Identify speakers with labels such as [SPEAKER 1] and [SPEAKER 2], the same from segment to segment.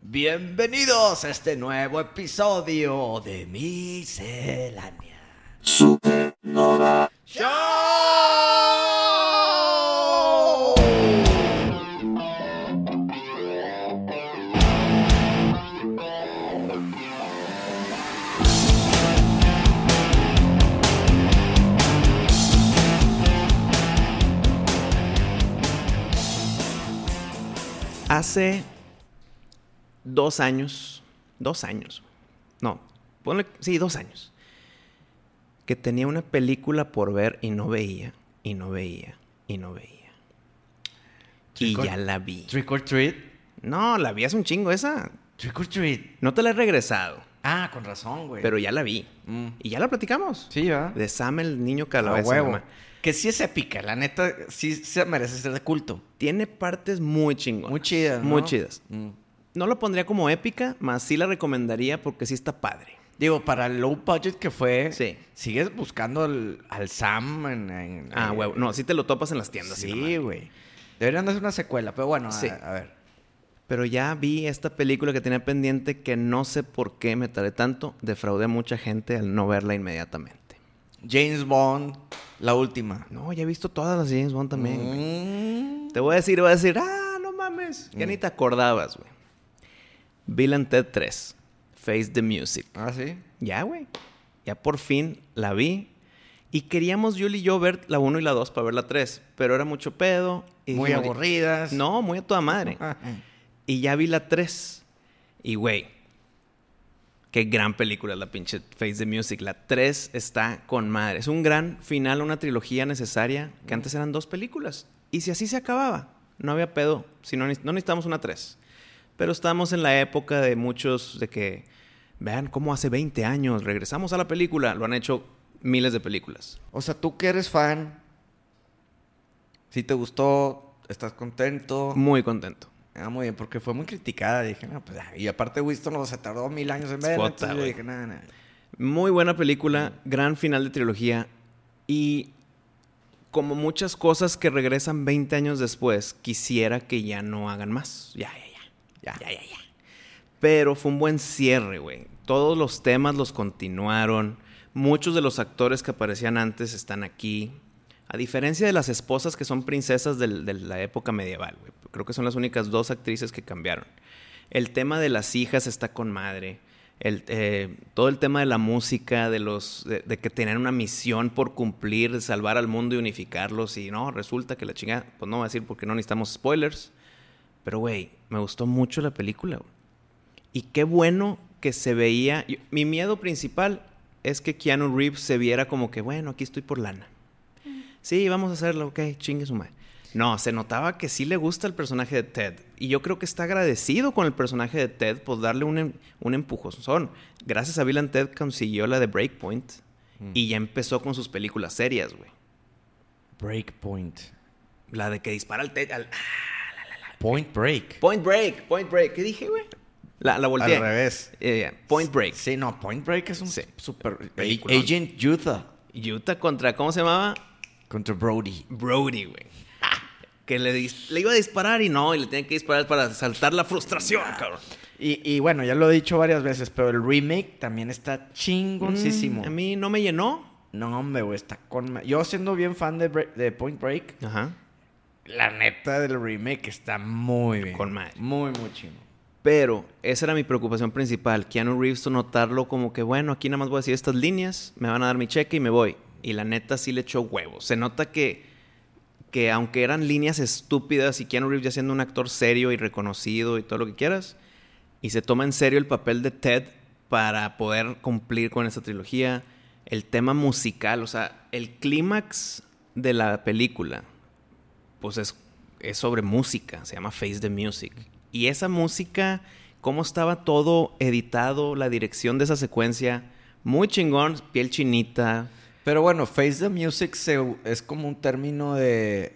[SPEAKER 1] Bienvenidos a este nuevo episodio de Miscelánea
[SPEAKER 2] Supernova.
[SPEAKER 1] Show.
[SPEAKER 3] Hace dos años, dos años, no, ponle, sí, dos años, que tenía una película por ver y no veía, y no veía, y no veía. Y
[SPEAKER 1] Trick or-
[SPEAKER 3] ya la vi.
[SPEAKER 1] Trick or treat.
[SPEAKER 3] No, la vi hace un chingo esa.
[SPEAKER 1] Trick or treat.
[SPEAKER 3] No te la he regresado,
[SPEAKER 1] Ah, con razón, güey.
[SPEAKER 3] pero ya la vi.
[SPEAKER 1] Mm.
[SPEAKER 3] Y ya la platicamos.
[SPEAKER 1] Sí, ¿verdad?
[SPEAKER 3] De Sam el niño
[SPEAKER 1] A
[SPEAKER 3] calabaza.
[SPEAKER 1] huevo.
[SPEAKER 3] mamá.
[SPEAKER 1] Que sí es épica, la neta, sí se merece ser de culto.
[SPEAKER 3] Tiene partes muy chingonas.
[SPEAKER 1] Muy chida, ¿no?
[SPEAKER 3] Muy chidas.
[SPEAKER 1] Mm.
[SPEAKER 3] No la pondría como épica, más sí la recomendaría porque sí está padre.
[SPEAKER 1] Digo, para el low budget que fue,
[SPEAKER 3] Sí.
[SPEAKER 1] sigues buscando al, al Sam en, en- eh,
[SPEAKER 3] Ah,
[SPEAKER 1] en-
[SPEAKER 3] huevo. No, sí te lo topas en las tiendas. y la madre.
[SPEAKER 1] Sí, güey. Deberían hacer una secuela, pero bueno, a-
[SPEAKER 3] Sí.
[SPEAKER 1] a, ver.
[SPEAKER 3] Pero ya vi esta película que tenía pendiente que no sé por qué me tardé tanto. Defraudé a mucha gente al no verla inmediatamente.
[SPEAKER 1] James Bond, la última.
[SPEAKER 3] No, ya he visto todas las de James Bond también. güey.
[SPEAKER 1] Mm.
[SPEAKER 3] Te voy a decir, voy a decir, ah, no mames. Ya
[SPEAKER 1] Mm.
[SPEAKER 3] ni te acordabas, güey. Bill and Ted 3, Face the Music.
[SPEAKER 1] Ah, sí.
[SPEAKER 3] Ya, güey. Ya por fin la vi. Y queríamos Yuli y yo ver la 1 y la 2 para ver la 3. Pero era mucho pedo. Y
[SPEAKER 1] Muy
[SPEAKER 3] dijimos,
[SPEAKER 1] aburridas.
[SPEAKER 3] No, muy a toda madre.
[SPEAKER 1] Ah.
[SPEAKER 3] Y ya vi la 3. Y güey, qué gran película es la pinche Face the Music. La 3 está con madre. Es un gran final, una trilogía necesaria, que antes eran dos películas. Y si así se acababa, no había pedo. Si no, neces- no necesitamos una 3. Pero estamos en la época de muchos de que, vean cómo hace 20 años regresamos a la película. Lo han hecho miles de películas.
[SPEAKER 1] O sea, tú que eres fan, si te gustó, estás contento.
[SPEAKER 3] Muy contento.
[SPEAKER 1] Ah, muy bien, porque fue muy criticada. Dije, no, pues, ah, y aparte Winston no, se tardó mil años en verla.
[SPEAKER 3] Jota,
[SPEAKER 1] entonces yo
[SPEAKER 3] güey.
[SPEAKER 1] dije, nada, nada.
[SPEAKER 3] Muy buena película, gran final de trilogía y como muchas cosas que regresan 20 años después, quisiera que ya no hagan más. Ya, ya, ya. Ya, ya, ya. Pero fue un buen cierre, güey. Todos los temas los continuaron. Muchos de los actores que aparecían antes están aquí. A diferencia de las esposas que son princesas del- de la época medieval, güey. Creo que son las únicas dos actrices que cambiaron. El tema de las hijas está con madre. El, eh, todo el tema de la música, de los de, de que tenían una misión por cumplir, de salvar al mundo y unificarlos. Y no, resulta que la chingada, pues no voy a decir porque no necesitamos spoilers. Pero, güey, me gustó mucho la película, güey. Y qué bueno que se veía. yo- mi miedo principal es que Keanu Reeves se viera como que, bueno, aquí estoy por lana. Sí, vamos a hacerlo, ok, chingue su madre. No, se notaba que sí le gusta el personaje de Ted. Y yo creo que está agradecido con el personaje de Ted por darle un, em- un empujón. Gracias a Bill and Ted consiguió la de Breakpoint.
[SPEAKER 1] Mm.
[SPEAKER 3] Y ya empezó con sus películas serias, güey.
[SPEAKER 1] Breakpoint.
[SPEAKER 3] La de que dispara al, te- al- ¡Ah!
[SPEAKER 1] Point Break.
[SPEAKER 3] Point Break, Point Break. ¿Qué dije, güey? La, la volteé.
[SPEAKER 1] Al revés.
[SPEAKER 3] Eh, point Break.
[SPEAKER 1] Sí, no, Point Break es un
[SPEAKER 3] Sí.
[SPEAKER 1] super...
[SPEAKER 3] Peliculón.
[SPEAKER 1] Agent Utah
[SPEAKER 3] Utah contra, ¿cómo se llamaba?
[SPEAKER 1] contra Brody.
[SPEAKER 3] Brody, güey.
[SPEAKER 1] Ah.
[SPEAKER 3] Que le, dis- le iba a disparar y no, y le tenía que disparar para saltar la frustración, cabrón.
[SPEAKER 1] Y, y bueno, ya lo he dicho varias veces, pero el remake también está chingoncísimo.
[SPEAKER 3] Mm, a mí no me llenó.
[SPEAKER 1] No, hombre, güey, está con... ma- Yo siendo bien fan de, Bre- de Point Break,
[SPEAKER 3] Ajá.
[SPEAKER 1] la neta del remake está muy bien.
[SPEAKER 3] Con madre.
[SPEAKER 1] Muy, muy chingo.
[SPEAKER 3] Pero esa era mi preocupación principal. Keanu Reeves notarlo como que, bueno, aquí nada más voy a decir estas líneas, me van a dar mi cheque y me voy. Y la neta sí le echó huevos. Se nota que, que aunque eran líneas estúpidas y Keanu Reeves ya siendo un actor serio y reconocido y todo lo que quieras, y se toma en serio el papel de Ted para poder cumplir con esta trilogía. El tema musical, o sea, el clímax de la película, pues es, es sobre música, se llama Face the Music. Y esa música, cómo estaba todo editado, la dirección de esa secuencia, muy chingón, piel chinita.
[SPEAKER 1] Pero bueno, Face the Music se- es como un término de...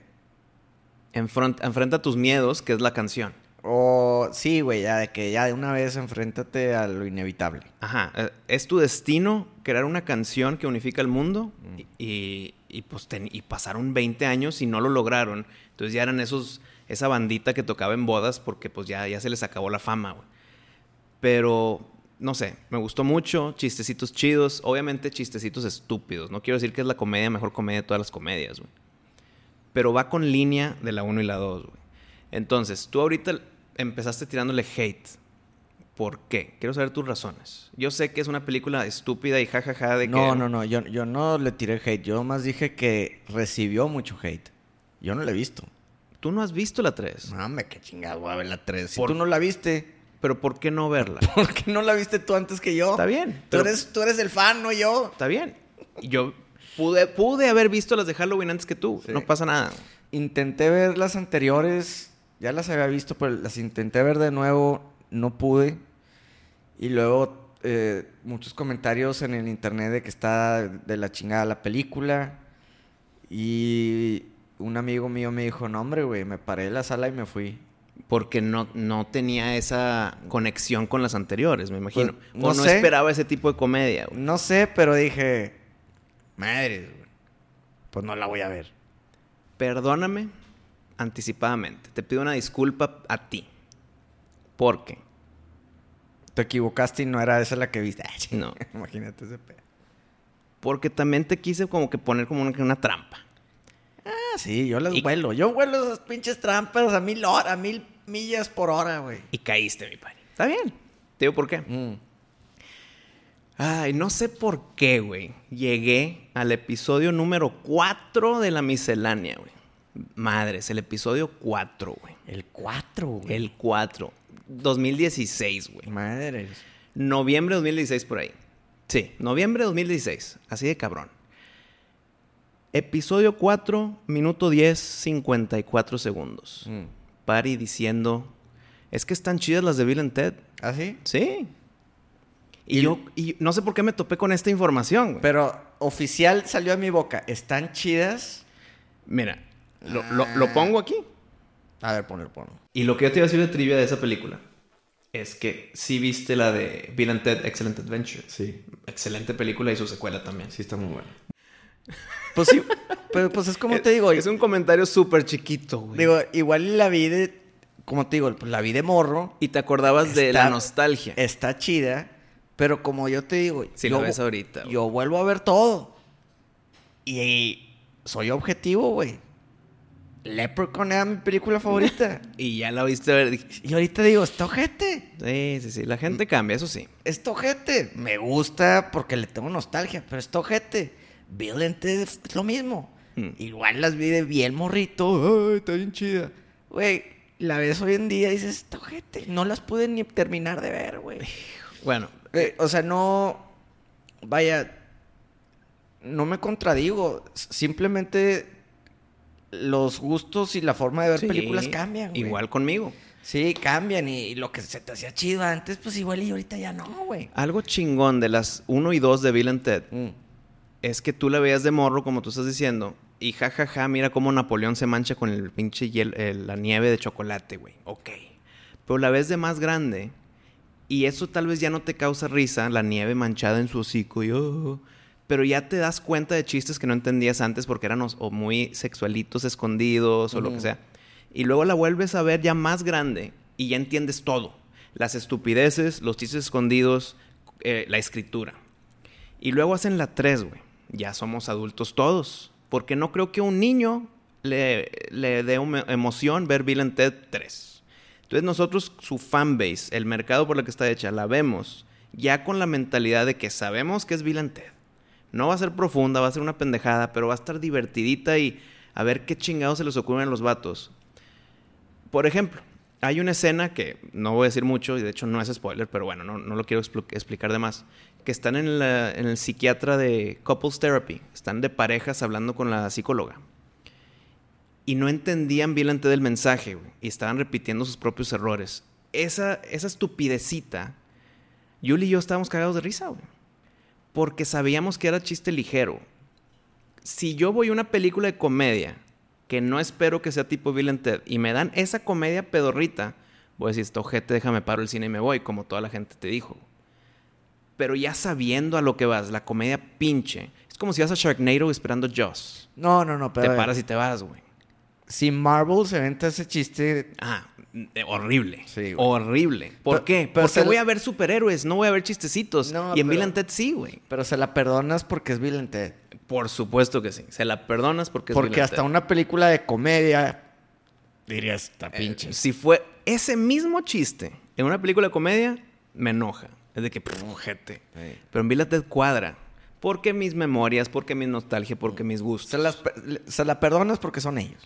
[SPEAKER 3] Enfront- enfrenta tus miedos, que es la canción.
[SPEAKER 1] O sí, güey, ya de que ya de una vez enfréntate a lo inevitable.
[SPEAKER 3] Ajá, eh, es tu destino crear una canción que unifica el mundo y, y- y, pues ten- y pasaron 20 años y no lo lograron. Entonces ya eran esos, esa bandita que tocaba en bodas porque pues ya, ya se les acabó la fama, güey. Pero, no sé, me gustó mucho, chistecitos chidos, obviamente chistecitos estúpidos. No quiero decir que es la comedia, mejor comedia de todas las comedias, güey. Pero va con línea de la 1 y la 2, güey. Entonces, tú ahorita empezaste tirándole hate. ¿Por qué? Quiero saber tus razones. Yo sé que es una película estúpida y jajaja de que...
[SPEAKER 1] No, no, no, yo, yo no le tiré hate, yo más dije que recibió mucho hate. Yo no la he visto.
[SPEAKER 3] Tú no has visto la 3.
[SPEAKER 1] Mame, qué chingado, voy a ver la 3. Si
[SPEAKER 3] Por-
[SPEAKER 1] tú no la viste,
[SPEAKER 3] Pero ¿por qué no verla?
[SPEAKER 1] ¿por qué no la viste tú antes que yo?
[SPEAKER 3] Está bien.
[SPEAKER 1] Tú,
[SPEAKER 3] pero-
[SPEAKER 1] eres, tú eres el fan, no yo.
[SPEAKER 3] Está bien. Y Yo pude, pude haber visto las de Halloween antes que tú.
[SPEAKER 1] Sí.
[SPEAKER 3] No pasa nada.
[SPEAKER 1] Intenté ver las anteriores, ya las había visto, pero las intenté ver de nuevo, no pude. Y luego eh, muchos comentarios en el internet de que está de la chingada la película. Y un amigo mío me dijo, no hombre, güey, me paré en la sala y me fui.
[SPEAKER 3] Porque no, no tenía esa conexión con las anteriores, me imagino.
[SPEAKER 1] Pues,
[SPEAKER 3] o
[SPEAKER 1] no
[SPEAKER 3] no
[SPEAKER 1] sé.
[SPEAKER 3] esperaba ese tipo de comedia. güey.
[SPEAKER 1] No sé, pero dije, madre, güey, pues no la voy a ver.
[SPEAKER 3] Perdóname anticipadamente. Te pido una disculpa a ti. Porque
[SPEAKER 1] Te equivocaste y no era esa la que viste. Ah, ching,
[SPEAKER 3] No.
[SPEAKER 1] Imagínate ese pedo.
[SPEAKER 3] Porque también te quise como que poner como una, una trampa.
[SPEAKER 1] Ah, sí, yo las
[SPEAKER 3] Y-
[SPEAKER 1] vuelo. Yo vuelo esas pinches trampas a mil horas, a mil millas por hora, güey.
[SPEAKER 3] Y caíste, mi padre. Está bien. Te digo por qué. Ay, no sé por qué, güey. Llegué al episodio número 4 de la miscelánea, güey. Madres, el episodio 4, güey.
[SPEAKER 1] El 4, güey.
[SPEAKER 3] El 4. 2016, güey.
[SPEAKER 1] Madre.
[SPEAKER 3] Noviembre de 2016 por ahí. Sí, noviembre de 2016. Así de cabrón. Episodio 4, minuto 10, 54 segundos. Pari diciendo, es que están chidas las de Bill and Ted.
[SPEAKER 1] ¿Ah, sí?
[SPEAKER 3] Sí. Y,
[SPEAKER 1] Y-
[SPEAKER 3] yo y no sé por qué me topé con esta información. güey.
[SPEAKER 1] Pero oficial salió a mi boca. ¿Están chidas?
[SPEAKER 3] Mira, lo, lo- lo pongo aquí.
[SPEAKER 1] A ver, ponlo, ponlo.
[SPEAKER 3] Ah. Y lo que yo te iba a decir de trivia de esa película es que sí viste la de Bill and Ted Excellent Adventure.
[SPEAKER 1] Sí.
[SPEAKER 3] Excelente película y su secuela también.
[SPEAKER 1] Sí, está muy bueno. Pues sí, pero pues es como te digo.
[SPEAKER 3] Es un comentario súper chiquito, güey.
[SPEAKER 1] Digo, igual la vi de. Como te digo, pues la vi de morro.
[SPEAKER 3] y te acordabas de
[SPEAKER 1] Está-
[SPEAKER 3] la nostalgia.
[SPEAKER 1] Está chida. Pero como yo te digo.
[SPEAKER 3] Si
[SPEAKER 1] yo,
[SPEAKER 3] la ves
[SPEAKER 1] vu-
[SPEAKER 3] ahorita, güey.
[SPEAKER 1] Yo vuelvo a ver todo. Y soy objetivo, güey. Leprechaun era mi película favorita.
[SPEAKER 3] Y ya la viste. a ver-
[SPEAKER 1] y ahorita digo, está ojete.
[SPEAKER 3] Sí, sí, sí. La
[SPEAKER 1] Mm.
[SPEAKER 3] gente cambia, eso sí.
[SPEAKER 1] Está ojete. Me gusta porque le tengo nostalgia, pero está ojete. Bill and Ted es lo mismo.
[SPEAKER 3] Mm.
[SPEAKER 1] Igual las vi de bien morrito. Ay, está bien chida. Güey, la ves hoy en día y dices, está ojete. No las pude ni terminar de ver, güey.
[SPEAKER 3] Bueno,
[SPEAKER 1] Eh, o sea, no. Vaya. No me contradigo. S- Simplemente los gustos y la forma de ver
[SPEAKER 3] sí,
[SPEAKER 1] películas cambian. güey.
[SPEAKER 3] Igual conmigo.
[SPEAKER 1] Sí, cambian. Y, y lo que se te hacía chido antes, pues igual y ahorita ya no, güey.
[SPEAKER 3] Algo chingón de las 1 y 2 de Bill and Ted
[SPEAKER 1] Mm.
[SPEAKER 3] es que tú la veías de morro, como tú estás diciendo, y jajaja, mira cómo Napoleón se mancha con el pinche hiel- eh, la nieve de chocolate, güey. Ok. Pero la ves de más grande y eso tal vez ya no te causa risa, la nieve manchada en su hocico y oh, pero ya te das cuenta de chistes que no entendías antes porque eran os- o muy sexualitos escondidos o lo que
[SPEAKER 1] Ujú.
[SPEAKER 3] sea. Y luego la vuelves a ver ya más grande y ya entiendes todo. Las estupideces, los chistes escondidos, eh, la escritura. Y luego hacen la 3, güey. Ya somos adultos todos. Porque no creo que un niño le, le dé una emoción ver Bill and Ted 3. Entonces nosotros, su fanbase, el mercado por el que está hecha, la vemos ya con la mentalidad de que sabemos que es Bill and Ted. No va a ser profunda, va a ser una pendejada, pero va a estar divertidita y a ver qué chingados se les ocurren a los vatos. Por ejemplo, hay una escena que no voy a decir mucho, y de hecho no es spoiler, pero bueno, no, no lo quiero explu- explicar de más, que están en, la- en el psiquiatra de Couples Therapy, están de parejas hablando con la psicóloga. Y no entendían bien antes del mensaje, güey, y estaban repitiendo sus propios errores. Esa, esa estupidecita, Yuli y yo estábamos cagados de risa, güey. Porque sabíamos que era chiste ligero. Si yo voy a una película de comedia que no espero que sea tipo Bill and Ted y me dan esa comedia pedorrita, voy a decir, esto ojete, déjame paro el cine y me voy, como toda la gente te dijo. Pero ya sabiendo a lo que vas, la comedia pinche. Es como si vas a Sharknado esperando Jaws.
[SPEAKER 1] No, no, no, pero.
[SPEAKER 3] te
[SPEAKER 1] a ver,
[SPEAKER 3] paras y te vas, güey.
[SPEAKER 1] si Marvel se venta ese chiste,
[SPEAKER 3] Ah, eh, horrible.
[SPEAKER 1] Sí, güey.
[SPEAKER 3] horrible. ¿Por
[SPEAKER 1] Pero-
[SPEAKER 3] qué?
[SPEAKER 1] pero
[SPEAKER 3] Porque
[SPEAKER 1] se-
[SPEAKER 3] voy a ver superhéroes, no voy a ver chistecitos.
[SPEAKER 1] No,
[SPEAKER 3] y en
[SPEAKER 1] pero-
[SPEAKER 3] Bill and Ted sí, güey.
[SPEAKER 1] pero se la perdonas porque es Bill and Ted.
[SPEAKER 3] Por supuesto que sí. Se la perdonas porque es Bill
[SPEAKER 1] Porque
[SPEAKER 3] and
[SPEAKER 1] hasta
[SPEAKER 3] Ted.
[SPEAKER 1] una película de comedia dirías, está
[SPEAKER 3] Eh,
[SPEAKER 1] pinche.
[SPEAKER 3] Si fue ese mismo chiste en una película de comedia, me enoja. Es de que, pff, ojete.
[SPEAKER 1] Sí.
[SPEAKER 3] Pero en Bill and Ted cuadra. Porque mis memorias, porque mi nostalgia, porque mis gustos.
[SPEAKER 1] Se, las per- se la perdonas porque son ellos.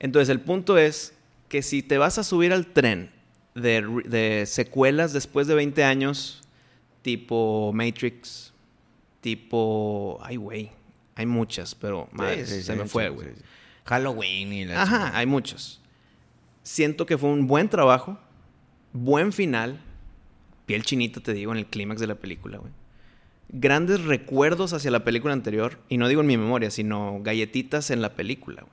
[SPEAKER 3] Entonces, el punto es que si te vas a subir al tren de, re- de secuelas después de 20 años, tipo Matrix, tipo. Ay, güey. Hay muchas, pero madre,
[SPEAKER 1] Sí, sí,
[SPEAKER 3] se
[SPEAKER 1] sí,
[SPEAKER 3] me
[SPEAKER 1] sí,
[SPEAKER 3] fue,
[SPEAKER 1] sí,
[SPEAKER 3] güey.
[SPEAKER 1] sí. Halloween y la
[SPEAKER 3] Ajá, hay muchos. Siento que fue un buen trabajo, buen final, piel chinita, te digo, en el clímax de la película, güey. Grandes recuerdos hacia la película anterior, y no digo en mi memoria, sino galletitas en la película, güey.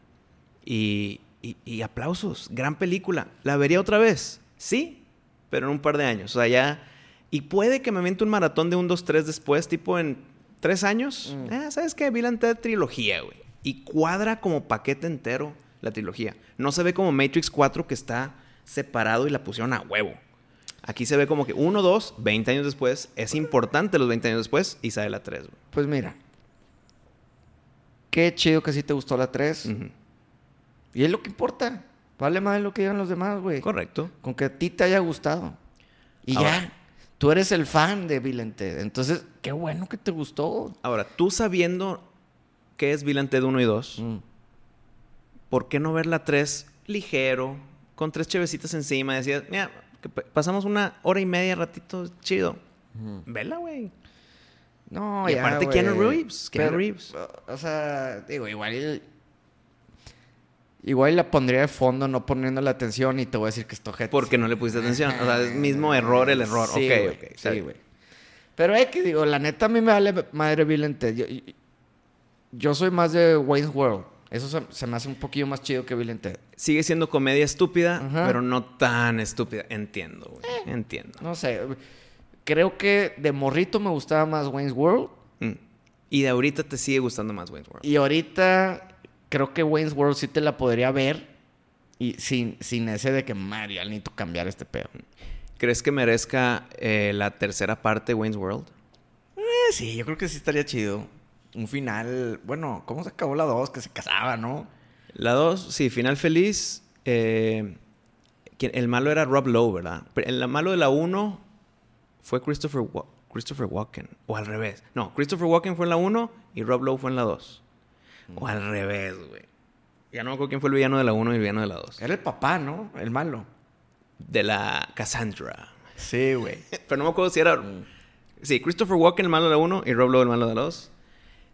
[SPEAKER 3] Y, y- y aplausos, gran película. ¿La vería otra vez? Sí, pero en un par de años. O sea, ya... Y puede que me aviente un maratón de un, dos, tres después, tipo en tres años.
[SPEAKER 1] Mm.
[SPEAKER 3] Ah, ¿Sabes qué? Bill and Ted trilogía, güey. Y cuadra como paquete entero la trilogía. No se ve como Matrix 4 que está separado y la pusieron a huevo. Aquí se ve como que uno, dos, 20 años después. Es importante los 20 años después y sale la 3, güey.
[SPEAKER 1] Pues mira. Qué chido que sí te gustó la 3.
[SPEAKER 3] Ujú.
[SPEAKER 1] Y es lo que importa. Vale más lo que digan los demás, güey.
[SPEAKER 3] Correcto.
[SPEAKER 1] Con que a ti te haya gustado. Y
[SPEAKER 3] Ahora-
[SPEAKER 1] ya. Tú eres el fan de Bill and Ted. Entonces, qué bueno que te gustó.
[SPEAKER 3] Ahora, tú sabiendo qué es Bill and Ted 1 y 2,
[SPEAKER 1] Mm.
[SPEAKER 3] ¿por qué no ver la 3 ligero, con tres chevecitas encima? Decías, mira, que pa- pasamos una hora y media, ratito, chido. Vela, güey.
[SPEAKER 1] No,
[SPEAKER 3] Y
[SPEAKER 1] ya,
[SPEAKER 3] aparte
[SPEAKER 1] güey.
[SPEAKER 3] Keanu Reeves, Keanu Reeves.
[SPEAKER 1] O sea, digo, igual... y- Igual y la pondría de fondo no poniendo la atención y te voy a decir que esto gente.
[SPEAKER 3] Porque no le pusiste atención. O sea, es mismo error el error.
[SPEAKER 1] Ah, Sí,
[SPEAKER 3] ok,
[SPEAKER 1] güey,
[SPEAKER 3] ok. está
[SPEAKER 1] Sí,
[SPEAKER 3] bien.
[SPEAKER 1] güey. Pero es que digo, la neta a mí me vale madre Bill and Ted. Yo, yo- yo soy más de Wayne's World. Eso se, se me hace un poquillo más chido que Bill and Ted.
[SPEAKER 3] Sigue siendo comedia estúpida,
[SPEAKER 1] Ajá. Eh.
[SPEAKER 3] pero no tan estúpida. Entiendo, güey. Entiendo.
[SPEAKER 1] No sé. Creo que de morrito me gustaba más Wayne's World.
[SPEAKER 3] Mm. Y de ahorita te sigue gustando más Wayne's World.
[SPEAKER 1] Y ahorita creo que Wayne's World sí te la podría ver. Y sin, sin ese de que Mario, al necesito cambiar este pedo.
[SPEAKER 3] ¿Crees que merezca eh, la tercera parte de Wayne's World?
[SPEAKER 1] Eh, sí, yo creo que sí estaría chido. Un final. Bueno, ¿cómo se acabó la 2? Que se casaba, ¿no?
[SPEAKER 3] La 2, sí, final feliz. eh, quien- el malo era Rob Lowe, ¿verdad? Pero el malo de la 1 fue Christopher, Wa- Christopher Walken. O al revés. No, Christopher Walken fue en la 1 y Rob Lowe fue en la 2. O al revés, güey. Ya no me acuerdo quién fue el villano de la 1 y el villano de la 2.
[SPEAKER 1] Era el papá, ¿no? El malo.
[SPEAKER 3] De la Cassandra.
[SPEAKER 1] Sí, güey.
[SPEAKER 3] Pero no me acuerdo si era. Sí, Christopher Walken, el malo de la 1, y Rob Lowe, el malo de la 2.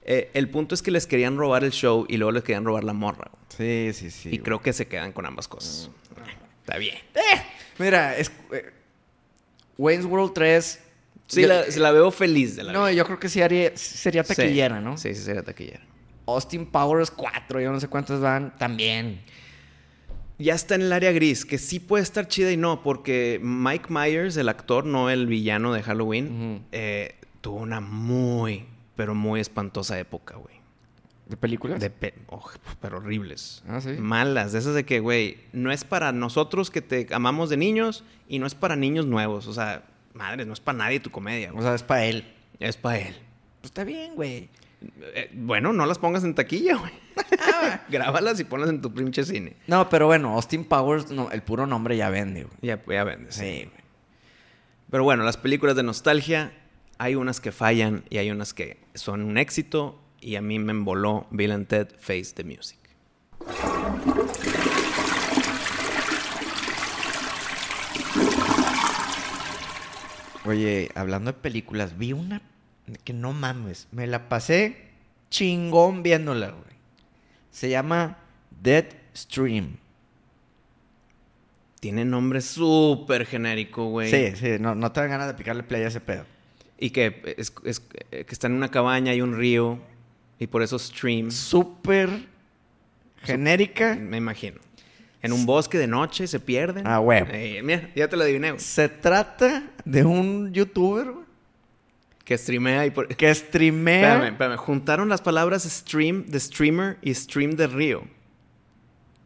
[SPEAKER 3] Eh, el punto es que les querían robar el show y luego les querían robar la morra. güey.
[SPEAKER 1] Sí, sí, sí.
[SPEAKER 3] y creo que se quedan con ambas cosas. Está bien.
[SPEAKER 1] Mira, es. eh, Wayne's World 3.
[SPEAKER 3] Sí,
[SPEAKER 1] yo- eh,
[SPEAKER 3] la, se la veo feliz de la
[SPEAKER 1] No,
[SPEAKER 3] vida.
[SPEAKER 1] yo creo que sí haría, sería
[SPEAKER 3] Sí.
[SPEAKER 1] taquillera, ¿no?
[SPEAKER 3] Sí, sí, sería taquillera.
[SPEAKER 1] Austin Powers 4, yo no sé cuántas van. También.
[SPEAKER 3] Ya está en el área gris, que sí puede estar chida y no, porque Mike Myers, el actor, no el villano de Halloween,
[SPEAKER 1] Ujú.
[SPEAKER 3] eh, tuvo una muy, pero muy espantosa época, güey.
[SPEAKER 1] ¿De películas?
[SPEAKER 3] De pe- oh, pero horribles.
[SPEAKER 1] Ah, ¿sí?
[SPEAKER 3] Malas. De esas de que, güey, no es para nosotros que te amamos de niños y no es para niños nuevos. O sea, madres, no es para nadie tu comedia.
[SPEAKER 1] O
[SPEAKER 3] güey.
[SPEAKER 1] sea, es para él.
[SPEAKER 3] es para él.
[SPEAKER 1] Pues está bien, güey.
[SPEAKER 3] Eh, bueno, no las pongas en taquilla, güey.
[SPEAKER 1] Ah.
[SPEAKER 3] Grábalas y ponlas en tu pinche cine.
[SPEAKER 1] No, pero bueno, Austin Powers, no, el puro nombre ya vende, güey.
[SPEAKER 3] Ya, pues, ya vendes.
[SPEAKER 1] Sí, güey.
[SPEAKER 3] Pero bueno, las películas de nostalgia, hay unas que fallan y hay unas que son un éxito. Y a mí me emboló Bill and Ted Face the Music.
[SPEAKER 1] Oye, hablando de películas, vi una que no mames. Me la pasé chingón viéndola, güey. Se llama Dead Stream.
[SPEAKER 3] Tiene nombre súper genérico, güey.
[SPEAKER 1] Sí, sí, no, no te dan ganas de picarle play a ese pedo.
[SPEAKER 3] Y que, es, es- eh, que está en una cabaña y un río. Y por eso stream,
[SPEAKER 1] Súper genérica.
[SPEAKER 3] me imagino. En un bosque de noche se pierden.
[SPEAKER 1] Ah, güey.
[SPEAKER 3] Eh, mira, ya te lo adiviné. güey.
[SPEAKER 1] Se trata de un youtuber güey,
[SPEAKER 3] Que streamea y por...
[SPEAKER 1] que streamea.
[SPEAKER 3] Espérame, espérame. Juntaron las palabras stream de streamer y stream de río.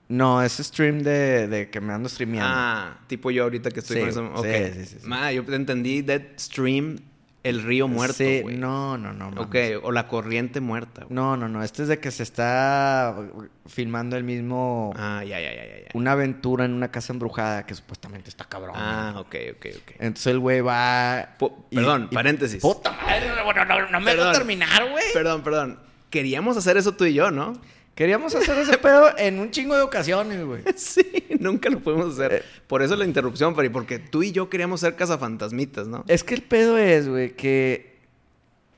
[SPEAKER 1] No, es stream de, de que me ando streameando.
[SPEAKER 3] Ah, tipo yo ahorita que estoy
[SPEAKER 1] Sí,
[SPEAKER 3] con eso.
[SPEAKER 1] sí,
[SPEAKER 3] ok.
[SPEAKER 1] sí, sí, sí.
[SPEAKER 3] Ma, yo te entendí Dead Stream, el río muerto.
[SPEAKER 1] Sí,
[SPEAKER 3] güey.
[SPEAKER 1] no, no, no. mames.
[SPEAKER 3] Ok, o la corriente muerta. güey.
[SPEAKER 1] No, no, no. Este es de que se está filmando el mismo.
[SPEAKER 3] Ah, ya, ya, ya, ya. ya.
[SPEAKER 1] Una aventura en una casa embrujada que supuestamente está cabrón.
[SPEAKER 3] Ah, ok, ok, ok.
[SPEAKER 1] Entonces el güey va.
[SPEAKER 3] Po-
[SPEAKER 1] y-
[SPEAKER 3] perdón,
[SPEAKER 1] y-
[SPEAKER 3] paréntesis.
[SPEAKER 1] Puta madre, bueno, no, no me
[SPEAKER 3] Perdón.
[SPEAKER 1] dejo terminar, güey.
[SPEAKER 3] Perdón, perdón. Queríamos hacer eso tú y yo, ¿no?
[SPEAKER 1] Queríamos hacer ese pedo en un chingo de ocasiones, güey.
[SPEAKER 3] Sí, nunca lo pudimos
[SPEAKER 1] Eh.
[SPEAKER 3] hacer. Por eso la interrupción, Pari, porque tú y yo queríamos ser cazafantasmitas, ¿no?
[SPEAKER 1] Es que el pedo es, güey, que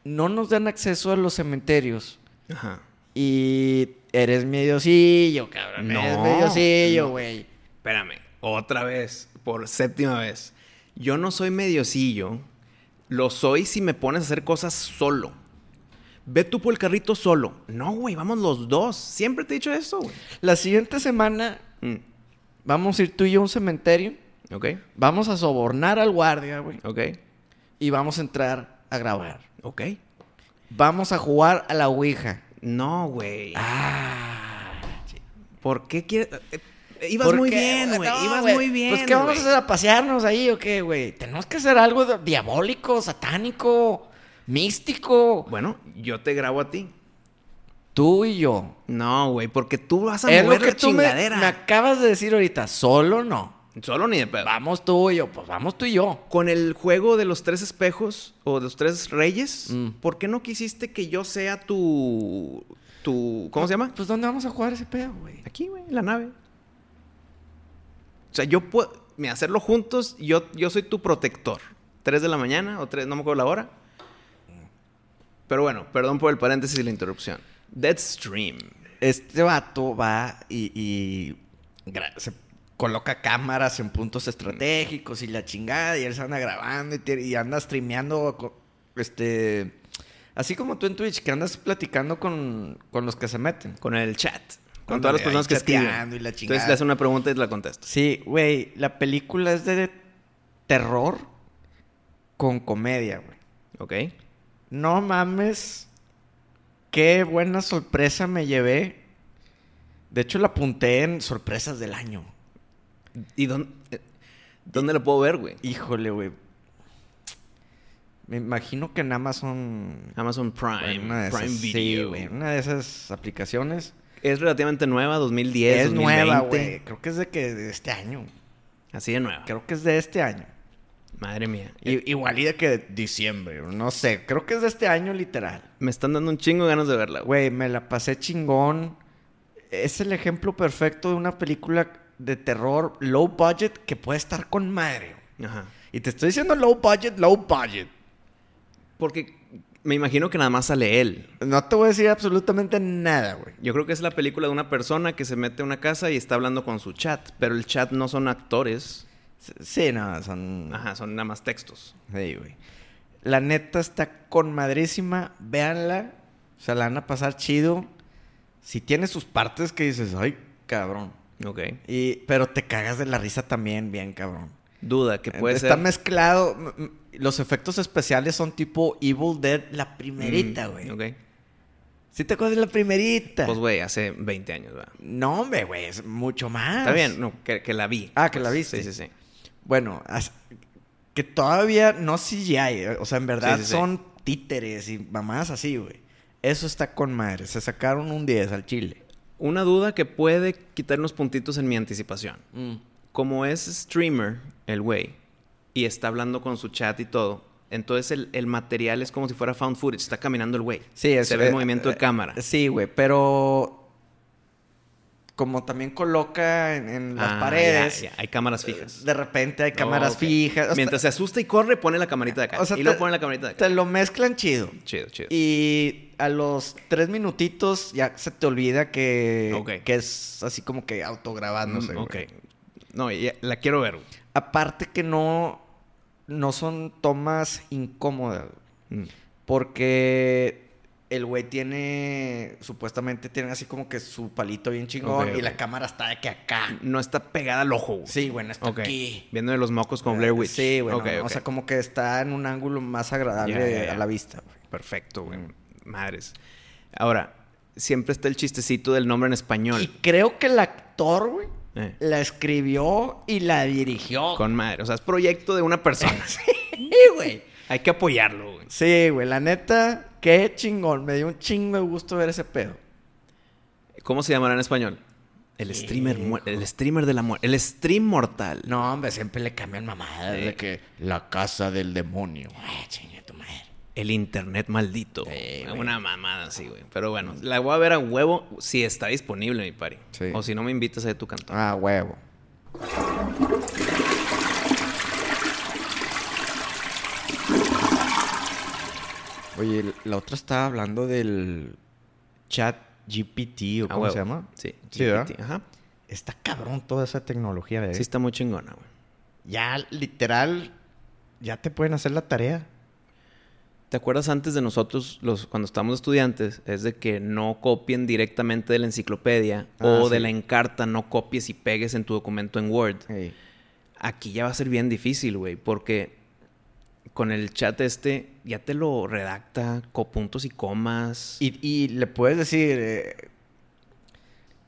[SPEAKER 1] no nos dan acceso a los cementerios.
[SPEAKER 3] Ajá.
[SPEAKER 1] Y eres mediosillo, cabrón.
[SPEAKER 3] No,
[SPEAKER 1] Eres mediosillo,
[SPEAKER 3] no.
[SPEAKER 1] güey.
[SPEAKER 3] Espérame, otra vez, por séptima vez. Yo no soy mediocillo, lo soy si me pones a hacer cosas solo. Ve tú por el carrito solo. No, güey, vamos los dos. Siempre te he dicho eso, güey.
[SPEAKER 1] La siguiente semana
[SPEAKER 3] Mm,
[SPEAKER 1] vamos a ir tú y yo a un cementerio.
[SPEAKER 3] Ok,
[SPEAKER 1] Vamos a sobornar al guardia, güey.
[SPEAKER 3] ok,
[SPEAKER 1] Y vamos a entrar a grabar.
[SPEAKER 3] ok.
[SPEAKER 1] Vamos a jugar a la Ouija.
[SPEAKER 3] No, güey.
[SPEAKER 1] Ah.
[SPEAKER 3] ¿Por qué quieres...? eh, eh, Ibas muy bien, güey. ibas muy bien.
[SPEAKER 1] Pues, ¿qué vamos
[SPEAKER 3] güey.
[SPEAKER 1] a hacer? ¿A pasearnos ahí o qué, güey? Tenemos que hacer algo de- diabólico, satánico, místico.
[SPEAKER 3] Bueno, yo te grabo a ti.
[SPEAKER 1] Tú y yo.
[SPEAKER 3] No, güey, porque tú vas a
[SPEAKER 1] Es lo
[SPEAKER 3] mover
[SPEAKER 1] que
[SPEAKER 3] la
[SPEAKER 1] tú me,
[SPEAKER 3] chingadera.
[SPEAKER 1] me acabas de decir ahorita. Solo no.
[SPEAKER 3] Solo ni de pedo.
[SPEAKER 1] Vamos tú y yo. Pues vamos tú y yo.
[SPEAKER 3] Con el juego de los tres espejos o de los tres reyes,
[SPEAKER 1] Mm.
[SPEAKER 3] ¿por qué no quisiste que yo sea tu. tu ¿Cómo se llama?
[SPEAKER 1] Pues, ¿dónde vamos a jugar ese pedo, güey?
[SPEAKER 3] Aquí, güey, en la nave. O sea, yo puedo. Mira, hacerlo juntos, yo, yo soy tu protector. Tres de la mañana o tres, no me acuerdo la hora. Pero bueno, perdón por el paréntesis y la interrupción. Deadstream.
[SPEAKER 1] Este vato va y, y gra- se coloca cámaras en puntos estratégicos y la chingada, y él se anda grabando y, tiene- y anda streameando, co- este, así como tú en Twitch, que andas platicando con, con los que se meten.
[SPEAKER 3] Con el chat. Con
[SPEAKER 1] Ándale,
[SPEAKER 3] todas las
[SPEAKER 1] ahí
[SPEAKER 3] personas que escriben.
[SPEAKER 1] chateando y la chingada.
[SPEAKER 3] Entonces le haces una pregunta y te la contestas.
[SPEAKER 1] Sí, güey, la película es de terror con comedia, güey.
[SPEAKER 3] ¿Ok?
[SPEAKER 1] No mames. Qué buena sorpresa me llevé. De hecho, la apunté en sorpresas del año.
[SPEAKER 3] ¿Y dónde, eh, dónde la puedo ver, güey?
[SPEAKER 1] Híjole, güey. Me imagino que en Amazon.
[SPEAKER 3] Amazon Prime,
[SPEAKER 1] una de esas,
[SPEAKER 3] Prime
[SPEAKER 1] sí,
[SPEAKER 3] Video.
[SPEAKER 1] güey, una de esas aplicaciones.
[SPEAKER 3] es relativamente nueva, 2010,
[SPEAKER 1] es nueva,
[SPEAKER 3] 2020.
[SPEAKER 1] güey. Creo que es de que de este año.
[SPEAKER 3] Así de nueva.
[SPEAKER 1] Creo que es de este año.
[SPEAKER 3] Madre mía. Y
[SPEAKER 1] I- igual y de que diciembre. No sé. Creo que es de este año, literal.
[SPEAKER 3] me están dando un chingo de ganas de verla, güey.
[SPEAKER 1] Güey, me la pasé chingón. Es el ejemplo perfecto de una película de terror low budget que puede estar con madre.
[SPEAKER 3] Ajá.
[SPEAKER 1] Y te estoy diciendo low budget, low budget.
[SPEAKER 3] Porque me imagino que nada más sale él.
[SPEAKER 1] No te voy a decir absolutamente nada, güey.
[SPEAKER 3] Yo creo que es la película de una persona que se mete a una casa y está hablando con su chat, pero el chat no son actores.
[SPEAKER 1] S- Sí, no, son...
[SPEAKER 3] Ajá, son nada más textos.
[SPEAKER 1] Sí, güey. La neta está con madrísima. Véanla. Se la van a pasar chido. Si tiene sus partes que dices, ay, cabrón.
[SPEAKER 3] Ok.
[SPEAKER 1] Y, pero te cagas de la risa también, bien, cabrón.
[SPEAKER 3] Duda, que puede
[SPEAKER 1] Está
[SPEAKER 3] ser.
[SPEAKER 1] mezclado. m- m- Los efectos especiales son tipo Evil Dead, la primerita,
[SPEAKER 3] Mm,
[SPEAKER 1] güey.
[SPEAKER 3] Ok.
[SPEAKER 1] ¿Sí te acuerdas de la primerita?
[SPEAKER 3] Pues, güey, hace 20 años, ¿verdad?
[SPEAKER 1] no, hombre, güey, es mucho más.
[SPEAKER 3] Está bien, no, que, que la vi. Pues,
[SPEAKER 1] Ah, que la viste.
[SPEAKER 3] Sí, sí, sí.
[SPEAKER 1] Bueno, as- que todavía no CGI, eh, o sea, en verdad
[SPEAKER 3] Sí, sí, sí.
[SPEAKER 1] son títeres y mamás así, güey. Eso está con madre. Se sacaron un 10 al chile.
[SPEAKER 3] Una duda que puede quitar unos puntitos en mi anticipación. Como es streamer, el güey, y está hablando con su chat y todo, entonces el, el material es como si fuera found footage. Está caminando el güey.
[SPEAKER 1] Sí, es,
[SPEAKER 3] Se ve el
[SPEAKER 1] eh,
[SPEAKER 3] movimiento de
[SPEAKER 1] eh,
[SPEAKER 3] cámara.
[SPEAKER 1] Sí, güey, pero como también coloca en, en las
[SPEAKER 3] Ah,
[SPEAKER 1] paredes.
[SPEAKER 3] ya, ya, Hay cámaras fijas.
[SPEAKER 1] De repente hay
[SPEAKER 3] No,
[SPEAKER 1] cámaras
[SPEAKER 3] ok.
[SPEAKER 1] fijas. O sea,
[SPEAKER 3] Mientras se asusta y corre, pone la camarita de acá.
[SPEAKER 1] O sea,
[SPEAKER 3] y
[SPEAKER 1] te-
[SPEAKER 3] luego pone la camarita de acá.
[SPEAKER 1] te lo mezclan chido.
[SPEAKER 3] Chido, chido.
[SPEAKER 1] Y a los tres minutitos ya se te olvida que,
[SPEAKER 3] Ok.
[SPEAKER 1] que es así como que autograbándose.
[SPEAKER 3] Mm,
[SPEAKER 1] güey.
[SPEAKER 3] ok. No, ya- la quiero ver. güey.
[SPEAKER 1] Aparte que no, no son tomas incómodas. güey.
[SPEAKER 3] Mm.
[SPEAKER 1] Porque el güey tiene, supuestamente tiene así como que su palito bien chingón
[SPEAKER 3] Ok,
[SPEAKER 1] y
[SPEAKER 3] ok.
[SPEAKER 1] la cámara está de que acá.
[SPEAKER 3] No está pegada al ojo. güey.
[SPEAKER 1] Sí, bueno, está
[SPEAKER 3] Ok.
[SPEAKER 1] aquí.
[SPEAKER 3] Viendo de los mocos con Blair Witch.
[SPEAKER 1] Sí, bueno,
[SPEAKER 3] Ok,
[SPEAKER 1] o
[SPEAKER 3] ok.
[SPEAKER 1] sea, como que está en un ángulo más agradable
[SPEAKER 3] Ya, ya, ya. Mm.
[SPEAKER 1] a la vista. güey.
[SPEAKER 3] Perfecto, güey. Madres. Ahora, siempre está el chistecito del nombre en
[SPEAKER 1] Y
[SPEAKER 3] español.
[SPEAKER 1] creo que el actor, güey,
[SPEAKER 3] Eh.
[SPEAKER 1] la escribió y la dirigió.
[SPEAKER 3] Con madre. O sea, es proyecto de una persona.
[SPEAKER 1] Sí, güey.
[SPEAKER 3] Hay que apoyarlo, güey.
[SPEAKER 1] Sí, güey, la neta, qué chingón. Me dio un chingo de gusto ver ese pedo.
[SPEAKER 3] ¿Cómo se llamará en español? El streamer, mu- el streamer de la muerte. El stream mortal.
[SPEAKER 1] No, hombre, siempre le cambian mamadas de que la casa del demonio. Ay, chinga tu madre.
[SPEAKER 3] El internet maldito.
[SPEAKER 1] Sí, güey.
[SPEAKER 3] una mamada así, güey. Pero bueno, la voy a ver a huevo si está disponible, mi pari.
[SPEAKER 1] Sí.
[SPEAKER 3] O si no me invitas a tu cantón.
[SPEAKER 1] Ah, huevo. Oye, la otra estaba hablando del chat GPT o
[SPEAKER 3] A
[SPEAKER 1] cómo
[SPEAKER 3] huevo.
[SPEAKER 1] se llama.
[SPEAKER 3] Sí.
[SPEAKER 1] Ah, Sí, ¿verdad?
[SPEAKER 3] GPT, Ajá.
[SPEAKER 1] Está cabrón toda esa tecnología, ¿verdad?
[SPEAKER 3] Sí, está muy chingona, güey.
[SPEAKER 1] Ya literal, ya te pueden hacer la tarea.
[SPEAKER 3] ¿Te acuerdas antes de nosotros, los, cuando estábamos estudiantes, es de que no copien directamente de la enciclopedia
[SPEAKER 1] Ah,
[SPEAKER 3] o
[SPEAKER 1] sí.
[SPEAKER 3] de la encarta, no copies y pegues en tu documento en Word? Aquí ya va a ser bien difícil, güey, porque con el chat este ya te lo redacta con puntos y comas.
[SPEAKER 1] Y, y le puedes decir, eh,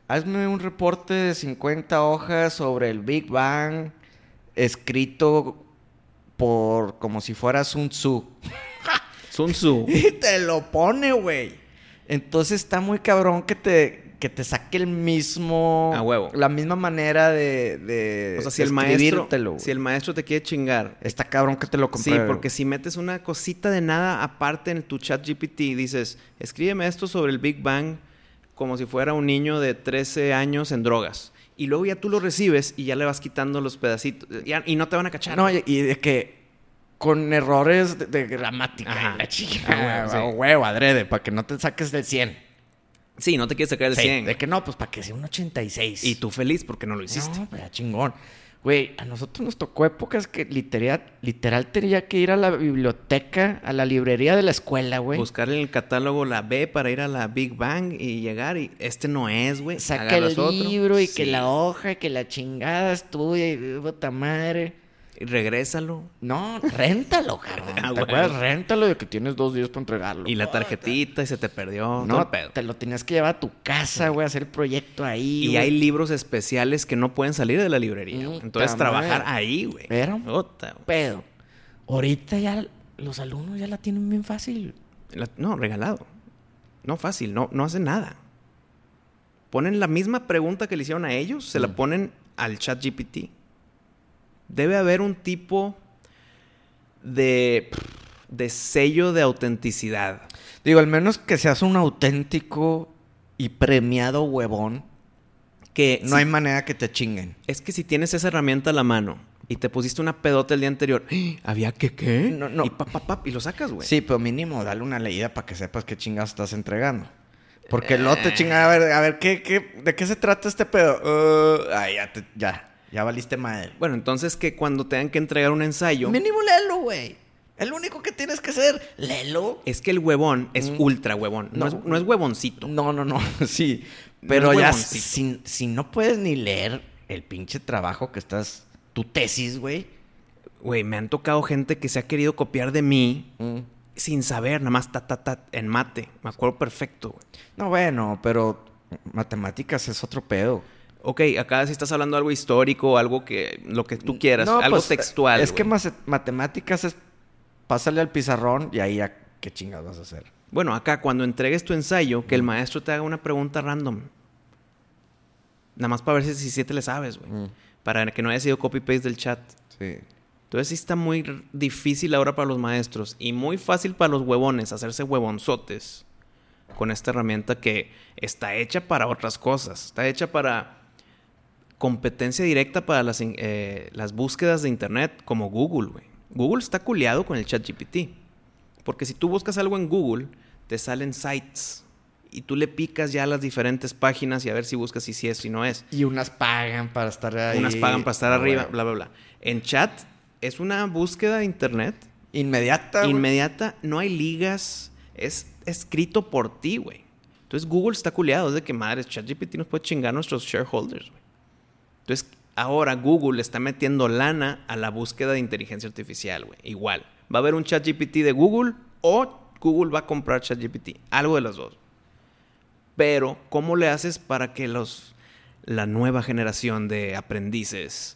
[SPEAKER 1] hazme un reporte de 50 hojas sobre el Big Bang escrito por como si fueras un Tzu.
[SPEAKER 3] Sun Tzu.
[SPEAKER 1] Y te lo pone, güey. Entonces está muy cabrón que te, que te saque el mismo...
[SPEAKER 3] A huevo.
[SPEAKER 1] La misma manera de, de
[SPEAKER 3] o sea, si el, maestro,
[SPEAKER 1] escribírtelo, güey.
[SPEAKER 3] si el maestro te quiere chingar.
[SPEAKER 1] Está cabrón que te lo
[SPEAKER 3] Sí,
[SPEAKER 1] compre.
[SPEAKER 3] porque si metes una cosita de nada aparte en tu chat GPT, dices, escríbeme esto sobre el Big Bang como si fuera un niño de 13 años en drogas. Y luego ya tú lo recibes y ya le vas quitando los pedacitos. Ya- y no te van a cachar.
[SPEAKER 1] No, y, y de que con errores de, de gramática.
[SPEAKER 3] Ajá.
[SPEAKER 1] y La chica.
[SPEAKER 3] Ah, huevo, sí.
[SPEAKER 1] huevo, adrede, para que no te saques del 100.
[SPEAKER 3] Sí, no te quieres sacar el
[SPEAKER 1] Sí,
[SPEAKER 3] 100.
[SPEAKER 1] De que no, pues para que sea un 86.
[SPEAKER 3] Y tú feliz porque no lo hiciste.
[SPEAKER 1] No, pues ya chingón. Güey, a nosotros nos tocó épocas que literal, literal tenía que ir a la biblioteca, a la librería de la escuela, güey.
[SPEAKER 3] Buscar en el catálogo la B para ir a la Big Bang y llegar y este no es, güey.
[SPEAKER 1] Saca el
[SPEAKER 3] agarras otro.
[SPEAKER 1] libro y que
[SPEAKER 3] Sí.
[SPEAKER 1] la hoja, y que la chingada es tuya y puta madre.
[SPEAKER 3] Y Regrésalo.
[SPEAKER 1] No, réntalo, cabrón.
[SPEAKER 3] Ah,
[SPEAKER 1] ¿Te
[SPEAKER 3] güey.
[SPEAKER 1] acuerdas? Réntalo de que tienes dos días para entregarlo.
[SPEAKER 3] Y la tarjetita y se te perdió. todo el
[SPEAKER 1] No,
[SPEAKER 3] pedo.
[SPEAKER 1] te lo tenías que llevar a tu casa, güey, a hacer el proyecto ahí.
[SPEAKER 3] Y
[SPEAKER 1] güey.
[SPEAKER 3] hay libros especiales que no pueden salir de la librería. güey.
[SPEAKER 1] Puta
[SPEAKER 3] Entonces, trabajar
[SPEAKER 1] madre.
[SPEAKER 3] ahí, güey.
[SPEAKER 1] Era un
[SPEAKER 3] Puta, güey.
[SPEAKER 1] pedo. Ahorita ya los alumnos ya la tienen bien fácil.
[SPEAKER 3] La- no, regalado. No fácil, no, no hacen nada. Ponen la misma pregunta que le hicieron a ellos, se la
[SPEAKER 1] Mm.
[SPEAKER 3] ponen al chat GPT. Debe haber un tipo de, de sello de autenticidad.
[SPEAKER 1] Digo, al menos que seas un auténtico y premiado huevón,
[SPEAKER 3] Que
[SPEAKER 1] no
[SPEAKER 3] si-
[SPEAKER 1] hay manera que te chinguen.
[SPEAKER 3] Es que si tienes esa herramienta a la mano y te pusiste una pedota el día anterior, ¡Ah! había que qué.
[SPEAKER 1] No, no.
[SPEAKER 3] Y pap, pap, pap, y lo sacas, güey.
[SPEAKER 1] Sí, pero mínimo, dale una leída para que sepas qué chingados estás entregando. Porque luego te chingan, a ver, a ver, ¿qué, qué, ¿de qué se trata este pedo? Uh, ay, ya, te- ya, ya valiste madre.
[SPEAKER 3] Bueno, entonces que cuando tengan que entregar un ensayo,
[SPEAKER 1] Mínimo léelo, güey. El único que tienes que hacer, léelo.
[SPEAKER 3] es que el huevón es
[SPEAKER 1] Mm.
[SPEAKER 3] ultra huevón.
[SPEAKER 1] No.
[SPEAKER 3] No,
[SPEAKER 1] Mm.
[SPEAKER 3] es, no es huevoncito.
[SPEAKER 1] No, no, no, sí.
[SPEAKER 3] No
[SPEAKER 1] Pero
[SPEAKER 3] es
[SPEAKER 1] ya,
[SPEAKER 3] huevoncito.
[SPEAKER 1] si, si no puedes ni leer el pinche trabajo que estás, tu tesis, güey.
[SPEAKER 3] Güey, me han tocado gente que se ha querido copiar de mí sin saber, nada más ta, ta, ta, en mate. Me acuerdo perfecto, güey.
[SPEAKER 1] No, bueno, pero matemáticas es otro pedo.
[SPEAKER 3] Ok, acá si estás hablando de algo histórico, algo que, lo que tú quieras,
[SPEAKER 1] No,
[SPEAKER 3] algo
[SPEAKER 1] pues,
[SPEAKER 3] textual.
[SPEAKER 1] Es que
[SPEAKER 3] güey.
[SPEAKER 1] mas- matemáticas es pásale al pizarrón y ahí ya qué chingados vas a hacer.
[SPEAKER 3] Bueno, acá cuando entregues tu ensayo, que
[SPEAKER 1] Mm.
[SPEAKER 3] el maestro te haga una pregunta random. Nada más para ver si, si, sí te le sabes,
[SPEAKER 1] Mm.
[SPEAKER 3] güey. Para que no haya sido copy-paste del chat.
[SPEAKER 1] Sí.
[SPEAKER 3] Entonces Mm, sí está muy r- difícil ahora para los maestros y muy fácil para los huevones hacerse huevonzotes con esta herramienta que está hecha para otras cosas. Está hecha para competencia directa para las, in- eh, las búsquedas de internet como Google, güey. Google está culeado con el chat GPT. Porque si tú buscas algo en Google, te salen sites. Y tú le picas ya a las diferentes páginas y a ver si buscas si sí es, si no es.
[SPEAKER 1] Y unas pagan para estar ahí.
[SPEAKER 3] Unas pagan para estar
[SPEAKER 1] Ah,
[SPEAKER 3] arriba,
[SPEAKER 1] bueno.
[SPEAKER 3] bla, bla, bla. En chat es una búsqueda de internet
[SPEAKER 1] Inmediata. güey.
[SPEAKER 3] inmediata, no hay ligas, es escrito por ti, güey. Entonces Google está culeado, es de que madres, ChatGPT nos puede chingar nuestros shareholders, güey. Entonces ahora Google le está metiendo lana a la búsqueda de inteligencia artificial, güey. Igual, va a haber un ChatGPT de Google o Google va a comprar ChatGPT, algo de las dos. Pero, ¿cómo le haces para que los, la nueva generación de aprendices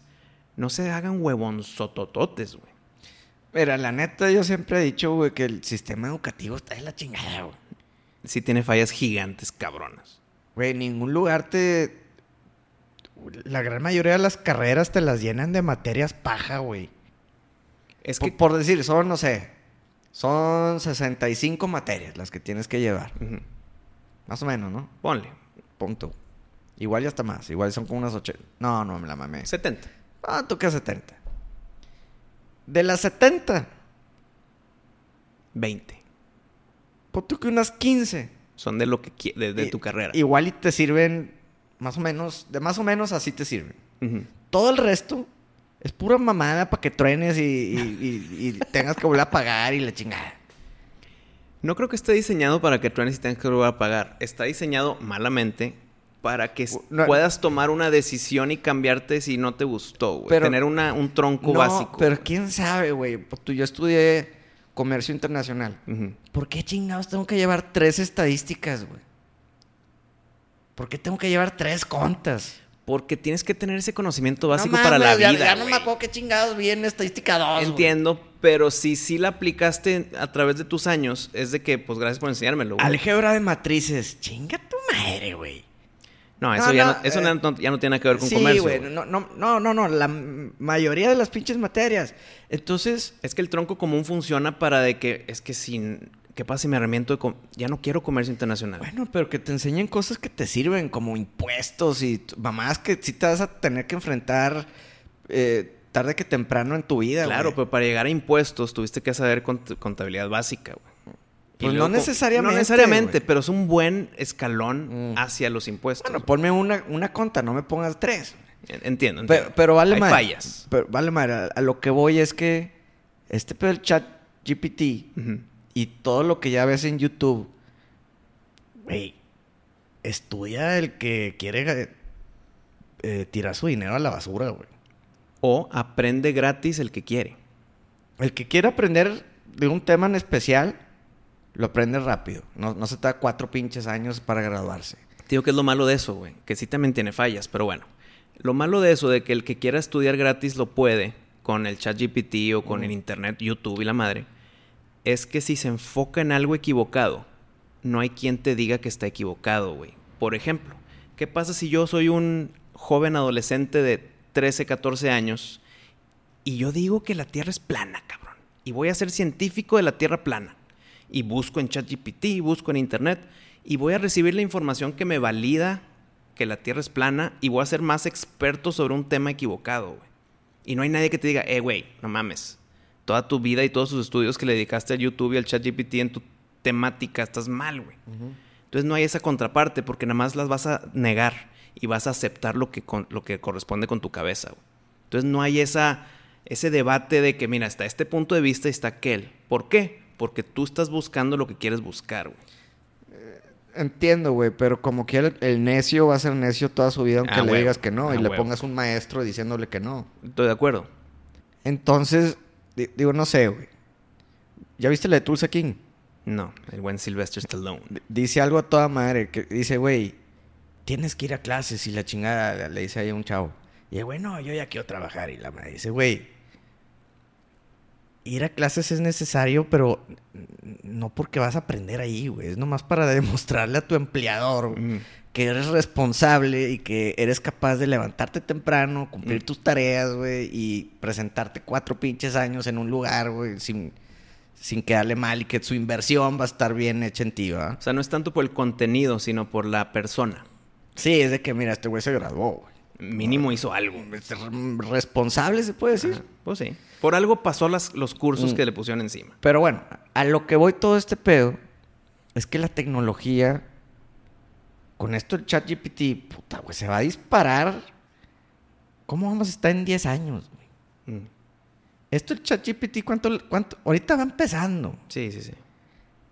[SPEAKER 3] no se hagan huevonzotototes, güey?
[SPEAKER 1] Mira, la neta, yo siempre he dicho, güey, que el sistema educativo está de la chingada, güey.
[SPEAKER 3] Sí tiene fallas gigantes, cabronas.
[SPEAKER 1] Güey, en ningún lugar te. La gran mayoría de las carreras te las llenan de materias paja, güey.
[SPEAKER 3] Es
[SPEAKER 1] Por-
[SPEAKER 3] que...
[SPEAKER 1] por decir, son, no sé, son 65 materias las que tienes que llevar.
[SPEAKER 3] Ujú.
[SPEAKER 1] Más o menos, ¿no?
[SPEAKER 3] Ponle,
[SPEAKER 1] Punto. Igual ya está más. Igual son como unas 80. No, no me la mamé.
[SPEAKER 3] 70.
[SPEAKER 1] Ah, toca 70. De las 70,
[SPEAKER 3] 20.
[SPEAKER 1] pon tú que unas 15.
[SPEAKER 3] Son de lo que qui- de, de
[SPEAKER 1] Y-
[SPEAKER 3] tu carrera.
[SPEAKER 1] Igual y te sirven más o menos, de más o menos así te sirven.
[SPEAKER 3] Ujú.
[SPEAKER 1] Todo el resto es pura mamada para que truenes y, y- y- y tengas que volver a pagar y la chingada.
[SPEAKER 3] No creo que esté diseñado para que truenes y tengas que volver a pagar. Está diseñado malamente para que s-
[SPEAKER 1] No.
[SPEAKER 3] puedas tomar una decisión y cambiarte si no te gustó, güey.
[SPEAKER 1] Pero-
[SPEAKER 3] Tener una, un tronco
[SPEAKER 1] No,
[SPEAKER 3] básico.
[SPEAKER 1] pero
[SPEAKER 3] güey.
[SPEAKER 1] quién sabe, güey. Pon tú, Yo estudié comercio internacional.
[SPEAKER 3] Ujú.
[SPEAKER 1] ¿Por qué chingados tengo que llevar tres estadísticas, güey? ¿Por qué tengo que llevar tres contas?
[SPEAKER 3] Porque tienes que tener ese conocimiento básico
[SPEAKER 1] No
[SPEAKER 3] para la
[SPEAKER 1] mames, ya-
[SPEAKER 3] vida.
[SPEAKER 1] Ya, no
[SPEAKER 3] güey.
[SPEAKER 1] me acuerdo qué chingados vi en estadística 2.
[SPEAKER 3] Entiendo, pero si sí la aplicaste a través de tus años, es de que, pues gracias por enseñármelo. güey.
[SPEAKER 1] Álgebra de matrices. Chinga tu madre, güey.
[SPEAKER 3] No, eso,
[SPEAKER 1] No,
[SPEAKER 3] ya,
[SPEAKER 1] no,
[SPEAKER 3] no, eso
[SPEAKER 1] eh,
[SPEAKER 3] ya no- ya no tiene nada que ver con
[SPEAKER 1] Sí,
[SPEAKER 3] comercio.
[SPEAKER 1] güey.
[SPEAKER 3] güey.
[SPEAKER 1] No, no, no, no, no. La m- mayoría de las pinches materias. Entonces,
[SPEAKER 3] Es que el tronco común funciona para de que, es que sin. ¿Qué pasa si me arrepiento de com- Ya no quiero comercio internacional.
[SPEAKER 1] bueno, pero que te enseñen cosas que te sirven, como impuestos y t- mamás que sí te vas a tener que enfrentar eh, tarde que temprano en tu vida,
[SPEAKER 3] Claro,
[SPEAKER 1] güey.
[SPEAKER 3] pero para llegar a impuestos tuviste que saber cont- contabilidad básica, güey. Y
[SPEAKER 1] Pues no
[SPEAKER 3] luego-
[SPEAKER 1] necesariamente,
[SPEAKER 3] No necesariamente,
[SPEAKER 1] güey.
[SPEAKER 3] pero es un buen escalón
[SPEAKER 1] Mm.
[SPEAKER 3] hacia los impuestos.
[SPEAKER 1] Bueno,
[SPEAKER 3] güey.
[SPEAKER 1] ponme una, una conta, no me pongas tres.
[SPEAKER 3] En- entiendo,
[SPEAKER 1] Pe- Pero,
[SPEAKER 3] entiendo.
[SPEAKER 1] vale
[SPEAKER 3] Hay
[SPEAKER 1] madre.
[SPEAKER 3] fallas.
[SPEAKER 1] Pero vale madre. A, a lo que voy es que este pedo del chat GPT
[SPEAKER 3] Ujú.
[SPEAKER 1] y todo lo que ya ves en YouTube, güey, estudia el que quiere eh, eh, tirar su dinero a la basura, güey.
[SPEAKER 3] O aprende gratis el que quiere.
[SPEAKER 1] El que quiere aprender de un tema en especial, lo aprende rápido. No, no se te da cuatro pinches años para graduarse.
[SPEAKER 3] Te Digo que es lo malo de eso, güey. Que sí también tiene fallas, pero bueno. Lo malo de eso, de que el que quiera estudiar gratis lo puede, con el chat GPT o con el internet, YouTube y la madre, es que si se enfoca en algo equivocado, no hay quien te diga que está equivocado, güey. Por ejemplo, ¿qué pasa si yo soy un joven adolescente de 13, 14 años y yo digo que la Tierra es plana, cabrón? Y voy a ser científico de la Tierra plana. Y busco en ChatGPT, busco en Internet y voy a recibir la información que me valida que la Tierra es plana y voy a ser más experto sobre un tema equivocado, güey. Y no hay nadie que te diga, eh, güey, no mames. Toda tu vida y todos tus estudios que le dedicaste al YouTube y al ChatGPT en tu temática estás mal, güey. Entonces no hay esa contraparte porque nada más las vas a negar y vas a aceptar lo que, con- lo que corresponde con tu cabeza. güey. Entonces no hay esa, ese debate de que, mira, está este punto de vista y está aquel. ¿Por qué? Porque tú estás buscando lo que quieres buscar, güey.
[SPEAKER 1] Entiendo, güey, pero como quiera, el- el necio va a ser necio toda su vida, aunque le
[SPEAKER 3] Ah, huevo.
[SPEAKER 1] digas que no,
[SPEAKER 3] Ah,
[SPEAKER 1] y le
[SPEAKER 3] huevo.
[SPEAKER 1] pongas un maestro diciéndole que no.
[SPEAKER 3] Estoy de acuerdo.
[SPEAKER 1] Entonces, di- digo, no sé, güey. ¿Ya viste la de Tulsa King?
[SPEAKER 3] No, el buen Sylvester Stallone.
[SPEAKER 1] D- dice algo a toda madre, que dice, güey, tienes que ir a clases y la chingada, le dice ahí a un chavo. Y bueno, yo ya quiero trabajar. Y la madre dice, güey, ir a clases es necesario, pero n- no porque vas a aprender ahí, güey. Es nomás para demostrarle a tu empleador, güey,
[SPEAKER 3] Mm.
[SPEAKER 1] que eres responsable y que eres capaz de levantarte temprano, cumplir tus tareas, güey, y presentarte cuatro pinches años en un lugar, güey, sin, sin quedarle mal y que su inversión va a estar bien hecha en ti, ¿va?
[SPEAKER 3] O sea, no es tanto por el contenido, sino por la persona.
[SPEAKER 1] Sí, es de que, mira, este güey se graduó, güey.
[SPEAKER 3] Mínimo hizo algo.
[SPEAKER 1] Es re- Responsable, se puede decir.
[SPEAKER 3] Pues sí. Por algo pasó las- los cursos
[SPEAKER 1] Mm.
[SPEAKER 3] que le pusieron encima.
[SPEAKER 1] Pero bueno, a lo que voy todo este pedo es que la tecnología, con esto el chat GPT, puta, güey, se va a disparar. ¿Cómo vamos a estar en 10 años, güey?
[SPEAKER 3] Mm.
[SPEAKER 1] Esto el ChatGPT, ¿cuánto, ¿cuánto? Ahorita va empezando.
[SPEAKER 3] Sí, sí, sí.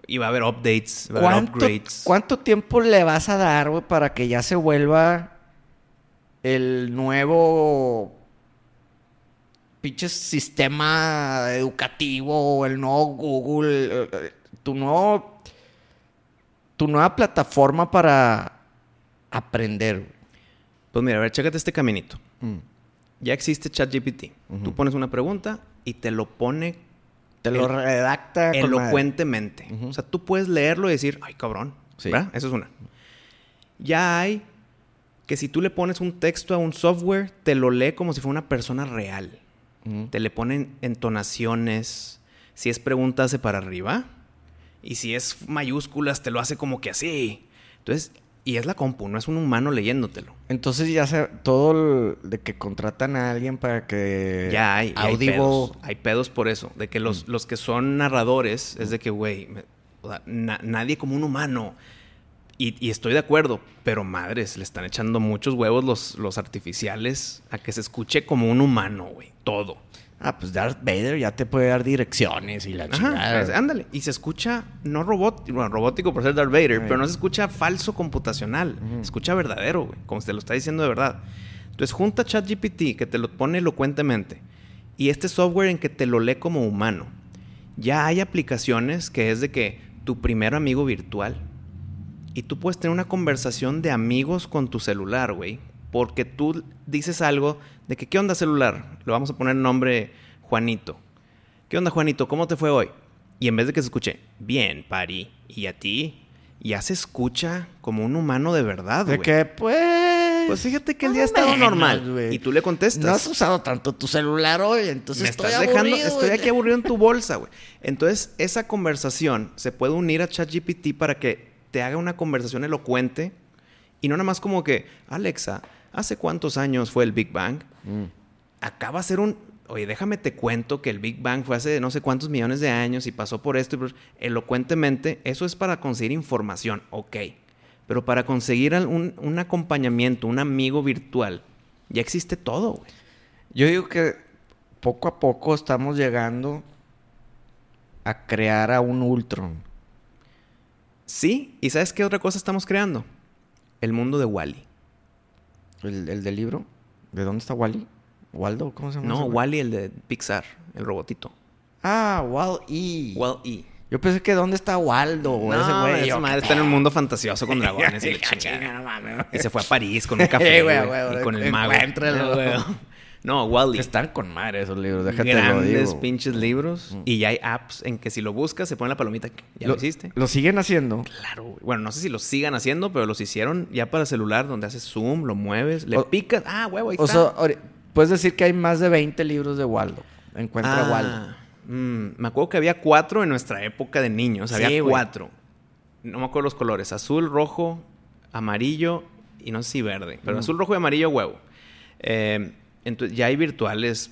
[SPEAKER 3] Y va a haber updates, va a haber
[SPEAKER 1] ¿Cuánto,
[SPEAKER 3] upgrades.
[SPEAKER 1] cuánto tiempo le vas a dar, güey, para que ya se vuelva el nuevo pinche sistema educativo, el nuevo Google, eh, eh, tu nuevo tu nueva plataforma para aprender. güey?
[SPEAKER 3] Pues mira, a ver, chécate este caminito.
[SPEAKER 1] Mm.
[SPEAKER 3] Ya existe ChatGPT.
[SPEAKER 1] Ujú.
[SPEAKER 3] Tú pones una pregunta y te lo pone
[SPEAKER 1] Te lo
[SPEAKER 3] El-
[SPEAKER 1] redacta Ah, con madre.
[SPEAKER 3] elocuentemente.
[SPEAKER 1] Ujú.
[SPEAKER 3] O sea, tú puedes leerlo y decir, ay, cabrón.
[SPEAKER 1] Sí.
[SPEAKER 3] ¿Verdad? Eso es una. Ya hay que si tú le pones un texto a un software, te lo lee como si fuera una persona real.
[SPEAKER 1] Ujú.
[SPEAKER 3] Te le ponen entonaciones. Si es pregunta, hace para arriba. Y si es mayúsculas, te lo hace como que así. Entonces, y es la compu, no es un humano leyéndotelo.
[SPEAKER 1] Entonces ya se, todo el- de que contratan a alguien para que
[SPEAKER 3] Ya hay, y hay
[SPEAKER 1] Audible
[SPEAKER 3] pedos. Mm. Hay pedos por eso. De que los, los que son narradores es de que, güey, me- o sea, na- nadie como un humano. Y, y estoy de acuerdo, pero madres, le están echando muchos huevos los, los artificiales a que se escuche como un humano, güey. Todo.
[SPEAKER 1] Ah, pues Darth Vader ya te puede dar direcciones y la
[SPEAKER 3] Ajá,
[SPEAKER 1] chingada.
[SPEAKER 3] es- ándale. Y se escucha no robótico, bueno, robótico por ser Darth Vader, pero no se escucha falso computacional. Se escucha verdadero, güey, como se te lo está diciendo de verdad. Entonces junta ChatGPT, que te lo pone elocuentemente, y este software en que te lo lee como humano. Ya hay aplicaciones que es de que tu primer amigo virtual y tú puedes tener una conversación de amigos con tu celular, güey, porque tú dices algo de que, ¿qué onda celular? Le vamos a poner nombre Juanito. ¿Qué onda, Juanito? ¿Cómo te fue hoy? Y en vez de que se escuche, bien, Pari, ¿y a ti? Ya se escucha como un humano de verdad,
[SPEAKER 1] De
[SPEAKER 3] güey.
[SPEAKER 1] que, pues.
[SPEAKER 3] Pues fíjate que el
[SPEAKER 1] más
[SPEAKER 3] día ha estado
[SPEAKER 1] o menos,
[SPEAKER 3] normal.
[SPEAKER 1] güey.
[SPEAKER 3] Y tú le contestas.
[SPEAKER 1] No has usado tanto tu celular hoy, entonces
[SPEAKER 3] me
[SPEAKER 1] estoy
[SPEAKER 3] estás dejando,
[SPEAKER 1] aburrido,
[SPEAKER 3] estoy
[SPEAKER 1] güey.
[SPEAKER 3] aquí aburrido en tu bolsa, güey. Entonces, esa conversación se puede unir a ChatGPT para que te haga una conversación elocuente y no nada más como que, Alexa, ¿hace cuántos años fue el Big Bang?
[SPEAKER 1] Mm.
[SPEAKER 3] Acaba de ser un. Oye, déjame te cuento que el Big Bang fue hace no sé cuántos millones de años y pasó por esto y por... elocuentemente. Eso es para conseguir información, ok. Pero para conseguir al- un, un acompañamiento, un amigo virtual, ya existe todo, güey.
[SPEAKER 1] Yo digo que poco a poco estamos llegando a crear a un Ultron.
[SPEAKER 3] Sí, y ¿sabes qué otra cosa estamos creando? El mundo de Wally.
[SPEAKER 1] ¿El, el del libro? ¿De dónde está Wally? ¿Waldo? ¿Cómo se llama?
[SPEAKER 3] No,
[SPEAKER 1] ese güey?
[SPEAKER 3] Wally, el de Pixar, el robotito.
[SPEAKER 1] Ah, Wall-E.
[SPEAKER 3] Wall-E.
[SPEAKER 1] Yo pensé que ¿dónde está Waldo? o ese
[SPEAKER 3] No,
[SPEAKER 1] güey.
[SPEAKER 3] Oh, esa
[SPEAKER 1] Yo,
[SPEAKER 3] madre está en un mundo fantasioso con dragones y la chingada. Y se fue a París con un café,
[SPEAKER 1] Eh, güey,
[SPEAKER 3] güey,
[SPEAKER 1] güey,
[SPEAKER 3] y con el mago.
[SPEAKER 1] encuéntralo.
[SPEAKER 3] Eh, güey. No, Wally.
[SPEAKER 1] Están con madre esos libros, déjate lo
[SPEAKER 3] Grandes
[SPEAKER 1] digo.
[SPEAKER 3] pinches libros. Mm. Y ya hay apps en que si lo buscas, se pone la palomita. Ya lo, hiciste.
[SPEAKER 1] Lo siguen haciendo.
[SPEAKER 3] Claro, güey. Bueno, no sé si los sigan haciendo, pero los hicieron ya para celular, donde haces zoom, lo mueves, le
[SPEAKER 1] O-
[SPEAKER 3] picas. Ah, huevo, ahí
[SPEAKER 1] O sea,
[SPEAKER 3] está.
[SPEAKER 1] ori- puedes decir que hay más de 20 libros de Waldo. Encuentra
[SPEAKER 3] Ah,
[SPEAKER 1] Waldo.
[SPEAKER 3] mm, me acuerdo que había cuatro en nuestra época de niños.
[SPEAKER 1] Sí,
[SPEAKER 3] Había
[SPEAKER 1] güey.
[SPEAKER 3] cuatro. No me acuerdo los colores. Azul, rojo, amarillo y no sé si verde. Pero
[SPEAKER 1] Mm.
[SPEAKER 3] azul, rojo y amarillo, huevo. Eh, entonces ya hay virtuales.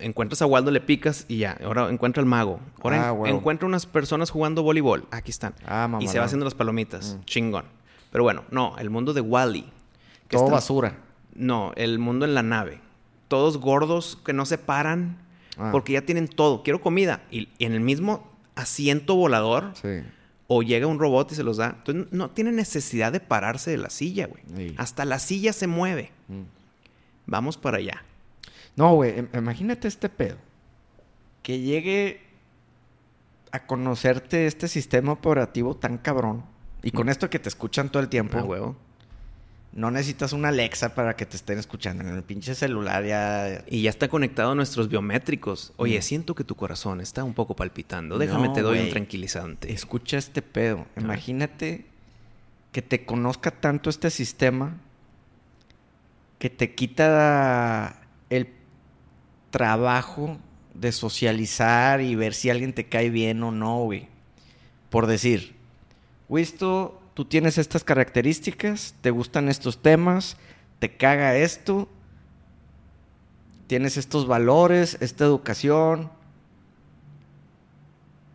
[SPEAKER 3] Encuentras a Waldo, le picas y ya. Ahora encuentra al mago. Ahora
[SPEAKER 1] Ah,
[SPEAKER 3] en-
[SPEAKER 1] huevo.
[SPEAKER 3] encuentra unas personas jugando voleibol. Aquí están.
[SPEAKER 1] Ah, Mm.
[SPEAKER 3] y se
[SPEAKER 1] mamalón.
[SPEAKER 3] va haciendo las palomitas. Chingón. Pero bueno, no. El mundo de Wally.
[SPEAKER 1] Todo basura.
[SPEAKER 3] No, el mundo en la nave. Todos gordos que no se paran
[SPEAKER 1] Ah.
[SPEAKER 3] porque ya tienen todo. Quiero comida. Y, y en el mismo asiento volador
[SPEAKER 1] Sí.
[SPEAKER 3] o llega un robot y se los da. Entonces no tiene necesidad de pararse de la silla, güey.
[SPEAKER 1] Sí.
[SPEAKER 3] Hasta la silla se mueve.
[SPEAKER 1] Mm.
[SPEAKER 3] Vamos para allá.
[SPEAKER 1] No, güey, im- imagínate este pedo. Que llegue a conocerte este sistema operativo tan cabrón. Y con esto que te escuchan todo el tiempo,
[SPEAKER 3] Mm. Ah, huevo.
[SPEAKER 1] no necesitas una Alexa para que te estén escuchando. En el pinche celular ya.
[SPEAKER 3] Y ya está conectado a nuestros biométricos. Oye, siento que tu corazón está un poco palpitando. Déjame
[SPEAKER 1] No,
[SPEAKER 3] te doy un
[SPEAKER 1] güey.
[SPEAKER 3] tranquilizante.
[SPEAKER 1] Escucha este pedo. Imagínate que te conozca tanto este sistema que te quita el trabajo de socializar y ver si alguien te cae bien o no, güey. Por decir, Wisto, tú tienes estas características, te gustan estos temas, te caga esto, tienes estos valores, esta educación.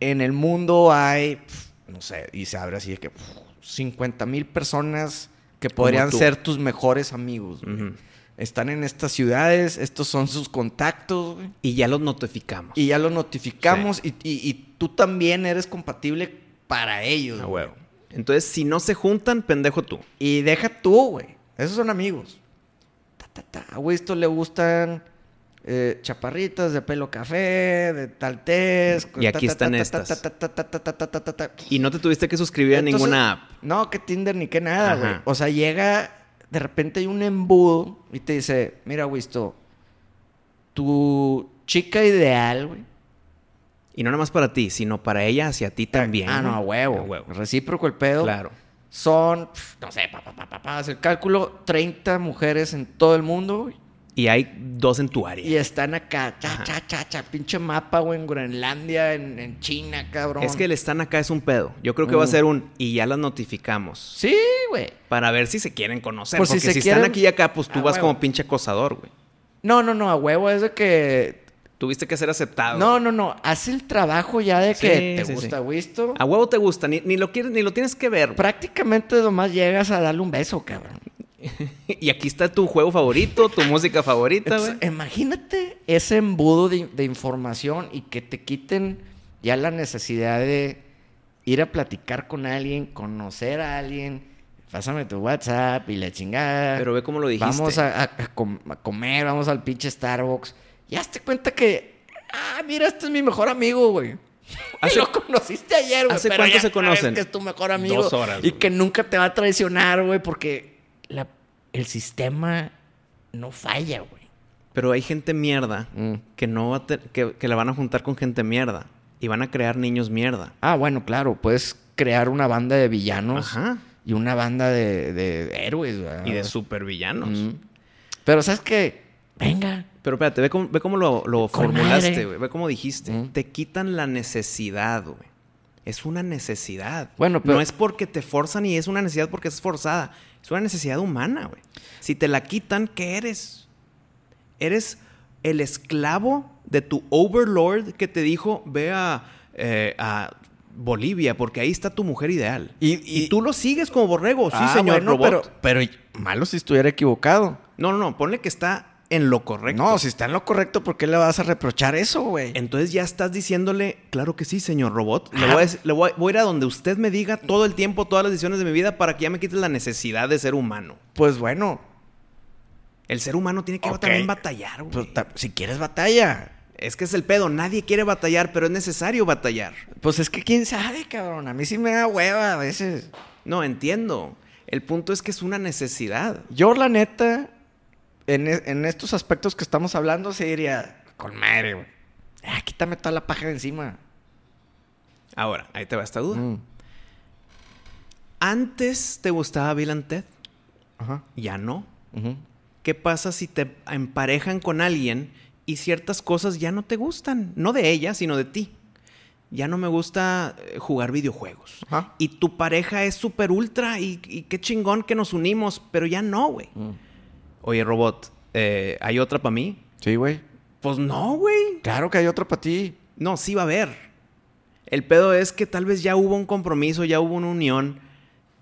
[SPEAKER 1] En el mundo hay, pf, no sé, y se abre así de que pf, 50 mil personas que
[SPEAKER 3] Como
[SPEAKER 1] podrían
[SPEAKER 3] tú.
[SPEAKER 1] ser tus mejores amigos. güey.
[SPEAKER 3] Ujú.
[SPEAKER 1] Están en estas ciudades, estos son sus contactos, güey.
[SPEAKER 3] Y ya los notificamos.
[SPEAKER 1] Y ya lo notificamos y, y- y tú también eres compatible para ellos.
[SPEAKER 3] Ah,
[SPEAKER 1] güey.
[SPEAKER 3] huevo. Entonces, si no se juntan, pendejo tú.
[SPEAKER 1] Y deja tú, güey. Esos son amigos. Ta, ta, ta. Güey, esto le gustan eh, chaparritas de pelo café, de tal tez.
[SPEAKER 3] Y aquí están estas. Y no te tuviste que suscribir a ninguna app.
[SPEAKER 1] No, que Tinder ni que nada, güey.
[SPEAKER 3] Ajá.
[SPEAKER 1] O sea, llega, de repente hay un embudo y te dice, mira, Wisto, tu chica ideal, güey.
[SPEAKER 3] Y no nada más para ti, sino para ella hacia ti también.
[SPEAKER 1] Ah, no, a huevo.
[SPEAKER 3] A huevo.
[SPEAKER 1] Recíproco el pedo.
[SPEAKER 3] Claro.
[SPEAKER 1] Son, pf, no sé, pa, pa, pa, pa, pa, hace el cálculo, 30 mujeres en todo el mundo, güey.
[SPEAKER 3] Y hay dos en tu área.
[SPEAKER 1] Y están acá, cha, cha, cha, cha, pinche mapa, güey, en Groenlandia, en, en China, cabrón.
[SPEAKER 3] Es que el están acá es un pedo. Yo creo que va a
[SPEAKER 1] Mm.
[SPEAKER 3] ser un y ya las notificamos.
[SPEAKER 1] Sí, güey.
[SPEAKER 3] Para ver si se quieren conocer.
[SPEAKER 1] Por Pues si
[SPEAKER 3] porque si,
[SPEAKER 1] se
[SPEAKER 3] están
[SPEAKER 1] quieren-
[SPEAKER 3] aquí y acá, pues tú
[SPEAKER 1] Ah,
[SPEAKER 3] vas
[SPEAKER 1] huevo.
[SPEAKER 3] como pinche acosador, güey.
[SPEAKER 1] No, no, no, a huevo es de que...
[SPEAKER 3] Tuviste que ser aceptado.
[SPEAKER 1] No, no, no, hace el trabajo ya de
[SPEAKER 3] Sí,
[SPEAKER 1] que te
[SPEAKER 3] sí,
[SPEAKER 1] gusta,
[SPEAKER 3] sí.
[SPEAKER 1] ¿visto?
[SPEAKER 3] A huevo te gusta, ni, ni lo quieres, ni lo tienes que ver. güey.
[SPEAKER 1] Prácticamente nomás llegas a darle un beso, cabrón.
[SPEAKER 3] Y aquí está tu juego favorito, tu música favorita,
[SPEAKER 1] Entonces,
[SPEAKER 3] güey.
[SPEAKER 1] imagínate ese embudo de, de información y que te quiten ya la necesidad de ir a platicar con alguien, conocer a alguien. Pásame tu WhatsApp y la chingada.
[SPEAKER 3] Pero ve cómo lo dijiste.
[SPEAKER 1] Vamos a, a- a com- a comer, vamos al pinche Starbucks. Y hazte cuenta que. Ah, mira, este es mi mejor amigo, güey.
[SPEAKER 3] Hace-
[SPEAKER 1] lo conociste ayer, güey.
[SPEAKER 3] ¿Hace
[SPEAKER 1] pero
[SPEAKER 3] cuánto
[SPEAKER 1] ya
[SPEAKER 3] se
[SPEAKER 1] sabes
[SPEAKER 3] conocen?
[SPEAKER 1] Que es tu mejor amigo.
[SPEAKER 3] Dos horas,
[SPEAKER 1] Y
[SPEAKER 3] güey.
[SPEAKER 1] que nunca te va a traicionar, güey, porque la- el sistema no falla, güey.
[SPEAKER 3] Pero hay gente mierda
[SPEAKER 1] Mm.
[SPEAKER 3] que no va a te- que, que la van a juntar con gente mierda. Y van a crear niños mierda.
[SPEAKER 1] Ah, bueno, claro, puedes crear una banda de villanos
[SPEAKER 3] Ajá.
[SPEAKER 1] y una banda de, de héroes, ¿verdad?
[SPEAKER 3] Y de supervillanos.
[SPEAKER 1] Mm. Pero ¿sabes qué? Venga.
[SPEAKER 3] Pero espérate, ve cómo, ve cómo lo, lo
[SPEAKER 1] Con
[SPEAKER 3] formulaste,
[SPEAKER 1] madre.
[SPEAKER 3] güey. Ve cómo dijiste.
[SPEAKER 1] Mm.
[SPEAKER 3] Te quitan la necesidad, güey. Es una necesidad.
[SPEAKER 1] Bueno, pero-
[SPEAKER 3] No es porque te forzan y es una necesidad porque es forzada. Es una necesidad humana, güey. Si te la quitan, ¿qué eres? Eres el esclavo de tu overlord que te dijo, ve a, eh, a Bolivia porque ahí está tu mujer ideal. Y, tú lo sigues como borrego. Pues Sí,
[SPEAKER 1] Ah,
[SPEAKER 3] señor
[SPEAKER 1] bueno,
[SPEAKER 3] robot.
[SPEAKER 1] Pero, pero malo si estuviera equivocado.
[SPEAKER 3] No, no, no. Ponle que está en lo correcto.
[SPEAKER 1] No, si está en lo correcto, ¿por qué le vas a reprochar eso, güey?
[SPEAKER 3] Entonces ya estás diciéndole, claro que sí, señor robot. Le,
[SPEAKER 1] Ajá.
[SPEAKER 3] voy a, dec- le voy a- voy a ir a donde usted me diga todo el tiempo, todas las decisiones de mi vida, para que ya me quite la necesidad de ser humano.
[SPEAKER 1] Pues bueno,
[SPEAKER 3] El ser humano tiene que
[SPEAKER 1] Ok.
[SPEAKER 3] también batallar, güey.
[SPEAKER 1] pues, ta- si quieres batalla.
[SPEAKER 3] Es que es el pedo. Nadie quiere batallar, pero es necesario batallar.
[SPEAKER 1] Pues es que quién sabe, cabrón. A mí sí me da hueva a veces.
[SPEAKER 3] No, entiendo. El punto es que es una necesidad.
[SPEAKER 1] Yo, la neta, en, e- en estos aspectos que estamos hablando, se diría, con madre, güey. Ah, quítame toda la paja de encima.
[SPEAKER 3] Ahora, ahí te va esta duda.
[SPEAKER 1] Mm.
[SPEAKER 3] Antes te gustaba Bill and Ted,
[SPEAKER 1] Ajá.
[SPEAKER 3] ya no.
[SPEAKER 1] Ujú.
[SPEAKER 3] ¿Qué pasa si te emparejan con alguien y ciertas cosas ya no te gustan? No de ella, sino de ti. Ya no me gusta eh, jugar videojuegos.
[SPEAKER 1] Ajá.
[SPEAKER 3] Y tu pareja es súper ultra y, y qué chingón que nos unimos, pero ya no, güey.
[SPEAKER 1] Mm.
[SPEAKER 3] Oye, robot, eh, ¿hay otra para mí?
[SPEAKER 1] Sí, güey.
[SPEAKER 3] Pues no, güey.
[SPEAKER 1] Claro que hay otro para ti.
[SPEAKER 3] No, sí va a haber. El pedo es que tal vez ya hubo un compromiso, ya hubo una unión.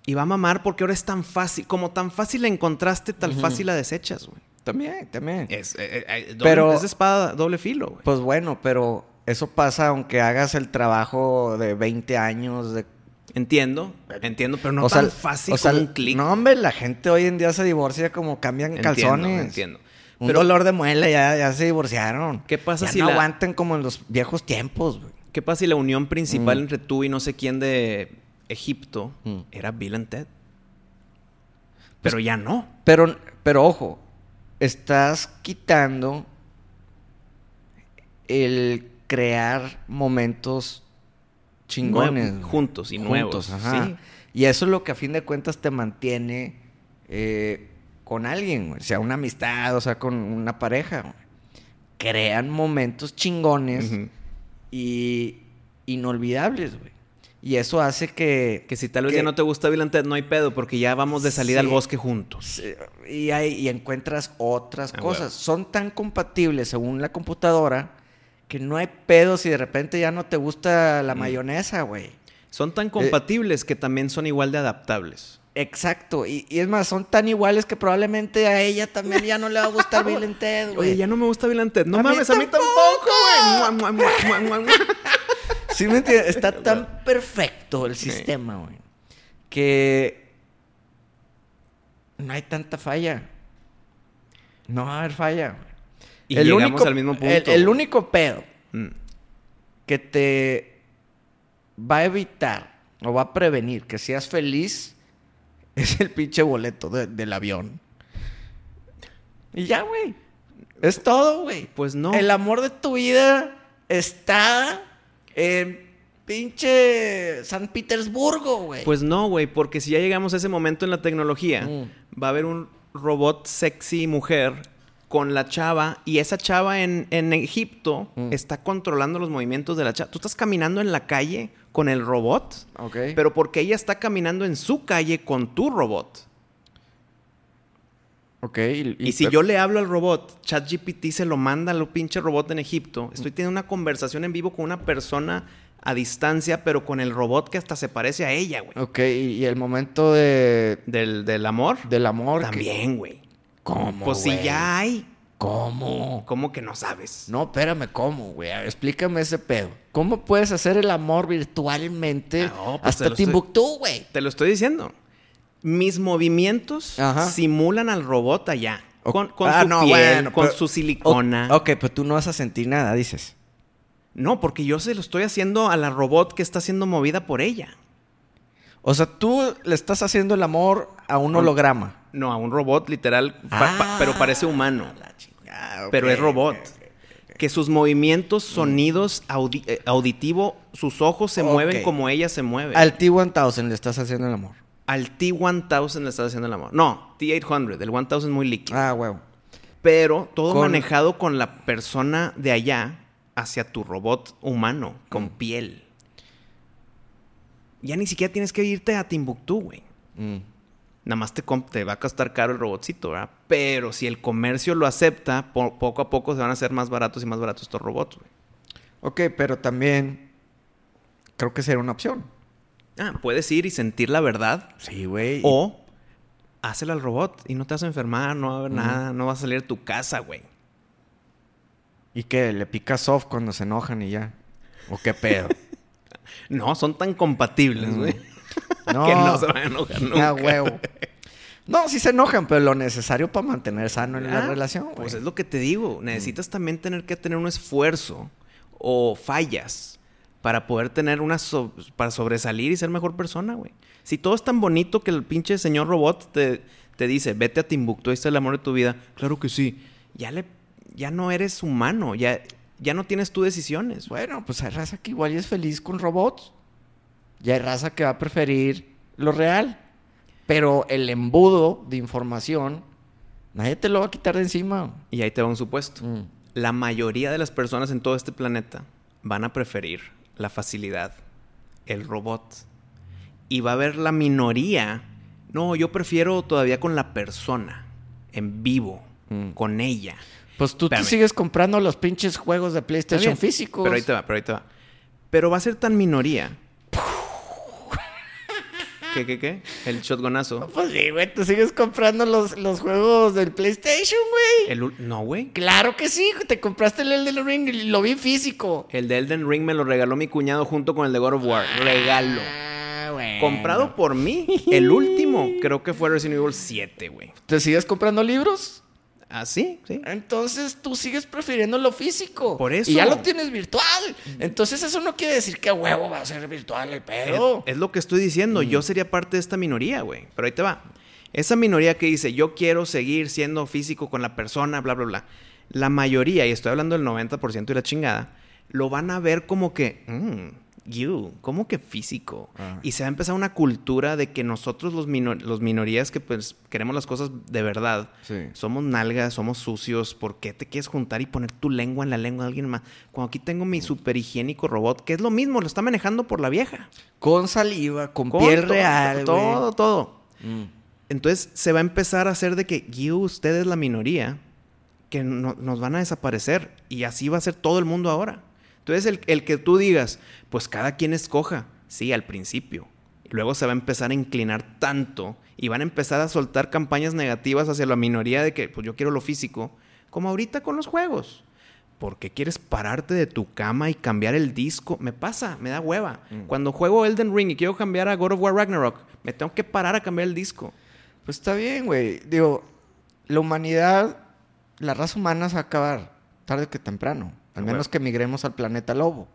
[SPEAKER 3] Y va a mamar porque ahora es tan fácil. Como tan fácil la encontraste, tan fácil la desechas, güey.
[SPEAKER 1] También, también.
[SPEAKER 3] Es, eh, eh, eh, doble-
[SPEAKER 1] Pero-
[SPEAKER 3] es de espada, doble filo, güey.
[SPEAKER 1] Pues bueno, pero eso pasa aunque hagas el trabajo de 20 años de
[SPEAKER 3] Entiendo, entiendo, pero no
[SPEAKER 1] O sea,
[SPEAKER 3] tan fácil
[SPEAKER 1] o sea,
[SPEAKER 3] como un clic.
[SPEAKER 1] No, hombre, la gente hoy en día se divorcia como cambian
[SPEAKER 3] Entiendo,
[SPEAKER 1] calzones.
[SPEAKER 3] Entiendo.
[SPEAKER 1] Un
[SPEAKER 3] Pero-
[SPEAKER 1] dolor de muela, ya, ya se divorciaron.
[SPEAKER 3] ¿Qué pasa
[SPEAKER 1] Ya
[SPEAKER 3] si
[SPEAKER 1] no
[SPEAKER 3] la-
[SPEAKER 1] aguantan como en los viejos tiempos, güey?
[SPEAKER 3] ¿Qué pasa si la unión principal
[SPEAKER 1] Mm.
[SPEAKER 3] entre tú y no sé quién de Egipto
[SPEAKER 1] Mm. Pues
[SPEAKER 3] era Bill and Ted? Pero ya no.
[SPEAKER 1] Pero, pero ojo, estás quitando el crear momentos chingones.
[SPEAKER 3] Nuevo-
[SPEAKER 1] güey.
[SPEAKER 3] juntos y nuevos,
[SPEAKER 1] Ajá.
[SPEAKER 3] sí.
[SPEAKER 1] Y eso es lo que a fin de cuentas te mantiene eh, con alguien, güey. sea una amistad, o sea, con una pareja. güey. Crean momentos chingones
[SPEAKER 3] Ujú.
[SPEAKER 1] y inolvidables, güey. Y eso hace que...
[SPEAKER 3] Que si tal vez
[SPEAKER 1] que-
[SPEAKER 3] ya no te gusta Bill and Ted, no hay pedo, porque ya vamos de salida
[SPEAKER 1] Sí.
[SPEAKER 3] al bosque juntos.
[SPEAKER 1] Sí, Pues, eh, y, hay- y encuentras otras
[SPEAKER 3] Ah,
[SPEAKER 1] cosas.
[SPEAKER 3] huevo.
[SPEAKER 1] Son tan compatibles según la computadora que no hay pedo si de repente ya no te gusta
[SPEAKER 3] Mm.
[SPEAKER 1] la mayonesa, güey.
[SPEAKER 3] Son
[SPEAKER 1] Eh.
[SPEAKER 3] tan compatibles que también son igual de adaptables.
[SPEAKER 1] Exacto. Y, y es más, son tan iguales que probablemente a ella también ya no le va a gustar Bill and Ted,
[SPEAKER 3] Oye,
[SPEAKER 1] güey.
[SPEAKER 3] ya no me gusta Bill and Ted. No
[SPEAKER 1] A mí
[SPEAKER 3] mames, a mí tampoco, güey. Mua, mua, mua, mua, mua.
[SPEAKER 1] Sí, me entiendes? Está tan perfecto el sistema, güey, que no hay tanta falla. No va a haber falla, güey.
[SPEAKER 3] Y llegamos al mismo punto.
[SPEAKER 1] El, el
[SPEAKER 3] güey.
[SPEAKER 1] único pedo
[SPEAKER 3] Mm.
[SPEAKER 1] que te va a evitar o va a prevenir que seas feliz es el pinche boleto de- del avión. Y ya, güey. Es todo, güey.
[SPEAKER 3] Pues no.
[SPEAKER 1] El amor de tu vida está en pinche San Petersburgo, güey.
[SPEAKER 3] Pues no, güey, porque si ya llegamos a ese momento en la tecnología,
[SPEAKER 1] Mm.
[SPEAKER 3] va a haber un robot sexy mujer con la chava y esa chava en, en Egipto
[SPEAKER 1] Mm.
[SPEAKER 3] está controlando los movimientos de la chava. Tú estás caminando en la calle con el robot,
[SPEAKER 1] ok.
[SPEAKER 3] pero porque ella está caminando en su calle con tu robot.
[SPEAKER 1] ok. Y,
[SPEAKER 3] Y, si yo le hablo al robot, ChatGPT se lo manda al pinche robot en Egipto. Estoy teniendo una conversación en vivo con una persona a distancia, pero con el robot que hasta se parece a ella, güey.
[SPEAKER 1] Ok, y, y el momento de,
[SPEAKER 3] Del, del amor.
[SPEAKER 1] del amor. que-
[SPEAKER 3] También, güey.
[SPEAKER 1] ¿Cómo,
[SPEAKER 3] Pues si
[SPEAKER 1] güey?
[SPEAKER 3] ya hay,
[SPEAKER 1] ¿Cómo?
[SPEAKER 3] ¿cómo que no sabes?
[SPEAKER 1] No, espérame, ¿cómo, güey? A ver, Explícame ese pedo. ¿Cómo puedes hacer el amor virtualmente
[SPEAKER 3] No, pues, te
[SPEAKER 1] hasta
[SPEAKER 3] lo estoy-
[SPEAKER 1] Timbuktu, güey?
[SPEAKER 3] Te lo estoy diciendo. Mis movimientos
[SPEAKER 1] Ajá.
[SPEAKER 3] simulan al robot allá.
[SPEAKER 1] O-
[SPEAKER 3] Con, con
[SPEAKER 1] Ah,
[SPEAKER 3] su
[SPEAKER 1] no,
[SPEAKER 3] piel,
[SPEAKER 1] bueno,
[SPEAKER 3] con
[SPEAKER 1] pero-
[SPEAKER 3] su silicona.
[SPEAKER 1] O- ok, pero tú no vas a sentir nada, dices.
[SPEAKER 3] No, porque yo se lo estoy haciendo a la robot que está siendo movida por ella.
[SPEAKER 1] O sea, tú le estás haciendo el amor a un
[SPEAKER 3] Ah.
[SPEAKER 1] holograma.
[SPEAKER 3] No, a un robot literal, pa-
[SPEAKER 1] Ah,
[SPEAKER 3] pa- pero parece humano. Pero es robot. Que sus movimientos,
[SPEAKER 1] Mm.
[SPEAKER 3] sonidos, audi- eh, auditivo, sus ojos se
[SPEAKER 1] Ok.
[SPEAKER 3] mueven como ella se mueve.
[SPEAKER 1] Al T-1000 le estás haciendo el amor.
[SPEAKER 3] Al T-1000 le estás haciendo el amor. No, T-800. El 1000 es muy líquido.
[SPEAKER 1] Ah, huevo.
[SPEAKER 3] Pero todo
[SPEAKER 1] Con-
[SPEAKER 3] manejado con la persona de allá hacia tu robot humano, con
[SPEAKER 1] Mm.
[SPEAKER 3] piel. Ya ni siquiera tienes que irte a Timbuktu, güey.
[SPEAKER 1] Mm.
[SPEAKER 3] Nada más te, com- te va a costar caro el robotcito, ¿verdad? Pero si el comercio lo acepta, po- poco a poco se van a hacer más baratos y más baratos estos robots, güey.
[SPEAKER 1] Ok, pero también creo que sería una opción.
[SPEAKER 3] Ah, puedes ir y sentir la verdad
[SPEAKER 1] Sí, güey.
[SPEAKER 3] o hácela al robot y no te vas a enfermar, no va a haber
[SPEAKER 1] Ujú.
[SPEAKER 3] nada, no vas a salir de tu casa, güey.
[SPEAKER 1] ¿Y qué? ¿Le pica soft cuando se enojan y ya? ¿O qué pedo?
[SPEAKER 3] No, son tan compatibles,
[SPEAKER 1] Mm.
[SPEAKER 3] güey. Que no se van a enojar nunca.
[SPEAKER 1] Ah, huevo. No, sí se enojan, pero lo necesario para mantener sano en la
[SPEAKER 3] Ah,
[SPEAKER 1] relación. güey. Mm.
[SPEAKER 3] Pues es lo que te digo. Necesitas también tener que tener un esfuerzo o fallas para poder tener una so- para sobresalir y ser mejor persona, güey. Si todo es tan bonito que el pinche señor robot te, te dice, vete a Timbuktu, ahí está el amor de tu vida. Claro que sí. Ya le, ya no eres humano, ya, ya no tienes tú decisiones, güey.
[SPEAKER 1] Bueno, pues hay raza que igual y es feliz con robots. Y hay raza que va a preferir lo real. Pero el embudo de información, nadie te lo va a quitar de encima.
[SPEAKER 3] Y ahí te va un supuesto.
[SPEAKER 1] Mm.
[SPEAKER 3] La mayoría de las personas en todo este planeta van a preferir la facilidad, el robot. Y va a haber la minoría. No, yo prefiero todavía con la persona, en vivo,
[SPEAKER 1] Mm.
[SPEAKER 3] con ella.
[SPEAKER 1] Pues tú
[SPEAKER 3] Espérame.
[SPEAKER 1] te sigues comprando los pinches juegos de
[SPEAKER 3] Está
[SPEAKER 1] PlayStation
[SPEAKER 3] bien,
[SPEAKER 1] físicos.
[SPEAKER 3] Pero ahí te va, pero ahí te va. Pero va a ser tan minoría. ¿Qué, qué, qué? El shotgunazo.
[SPEAKER 1] Pues sí, güey, tú sigues comprando los, los juegos del PlayStation, güey.
[SPEAKER 3] El ul- no, güey.
[SPEAKER 1] Claro que sí, te compraste el Elden Ring y lo vi físico.
[SPEAKER 3] El de Elden Ring me lo regaló mi cuñado junto con el de God of War. Regalo.
[SPEAKER 1] Ah, bueno.
[SPEAKER 3] Comprado por mí. El último creo que fue Resident Evil 7, güey.
[SPEAKER 1] ¿Te sigues comprando libros?
[SPEAKER 3] ¿Ah, sí? Sí.
[SPEAKER 1] Entonces tú sigues prefiriendo lo físico.
[SPEAKER 3] Por eso.
[SPEAKER 1] Y ya lo tienes virtual. Entonces eso no quiere decir que a huevo va a ser virtual el
[SPEAKER 3] Es,
[SPEAKER 1] pedo.
[SPEAKER 3] es lo que estoy diciendo. Yo sería parte de esta minoría, güey. Pero ahí te va. Esa minoría que dice, yo quiero seguir siendo físico con la persona, bla, bla, bla. La mayoría, y estoy hablando del 90% y la chingada, lo van a ver como que, "Mm, you, como que físico.
[SPEAKER 1] Ajá.
[SPEAKER 3] Y se va a empezar una cultura de que nosotros los, mino- los minorías que pues queremos las cosas de verdad,
[SPEAKER 1] Sí.
[SPEAKER 3] Somos nalgas, somos sucios. ¿Por qué te quieres juntar y poner tu lengua en la lengua de alguien más? Cuando aquí tengo mi super higiénico robot, que es lo mismo, lo está manejando por la vieja.
[SPEAKER 1] Con saliva, con,
[SPEAKER 3] Con
[SPEAKER 1] piel
[SPEAKER 3] to-
[SPEAKER 1] real.
[SPEAKER 3] Todo,
[SPEAKER 1] güey.
[SPEAKER 3] todo.
[SPEAKER 1] Mm.
[SPEAKER 3] Entonces se va a empezar a hacer de que you, usted es la minoría, que no- nos van a desaparecer. Y así va a ser todo el mundo ahora. Entonces el, el que tú digas, pues cada quien escoja, sí, al principio. Luego se va a empezar a inclinar tanto y van a empezar a soltar campañas negativas hacia la minoría de que, pues yo quiero lo físico, como ahorita con los juegos. ¿Por qué quieres pararte de tu cama y cambiar el disco? Me pasa, me da hueva. Cuando juego Elden Ring y quiero cambiar a God of War Ragnarok, me tengo que parar a cambiar el disco.
[SPEAKER 1] Pues está bien, güey. Digo, la humanidad, la raza humana se va a acabar. tarde que temprano. Al
[SPEAKER 3] A
[SPEAKER 1] menos
[SPEAKER 3] huevo.
[SPEAKER 1] que migremos al planeta lobo.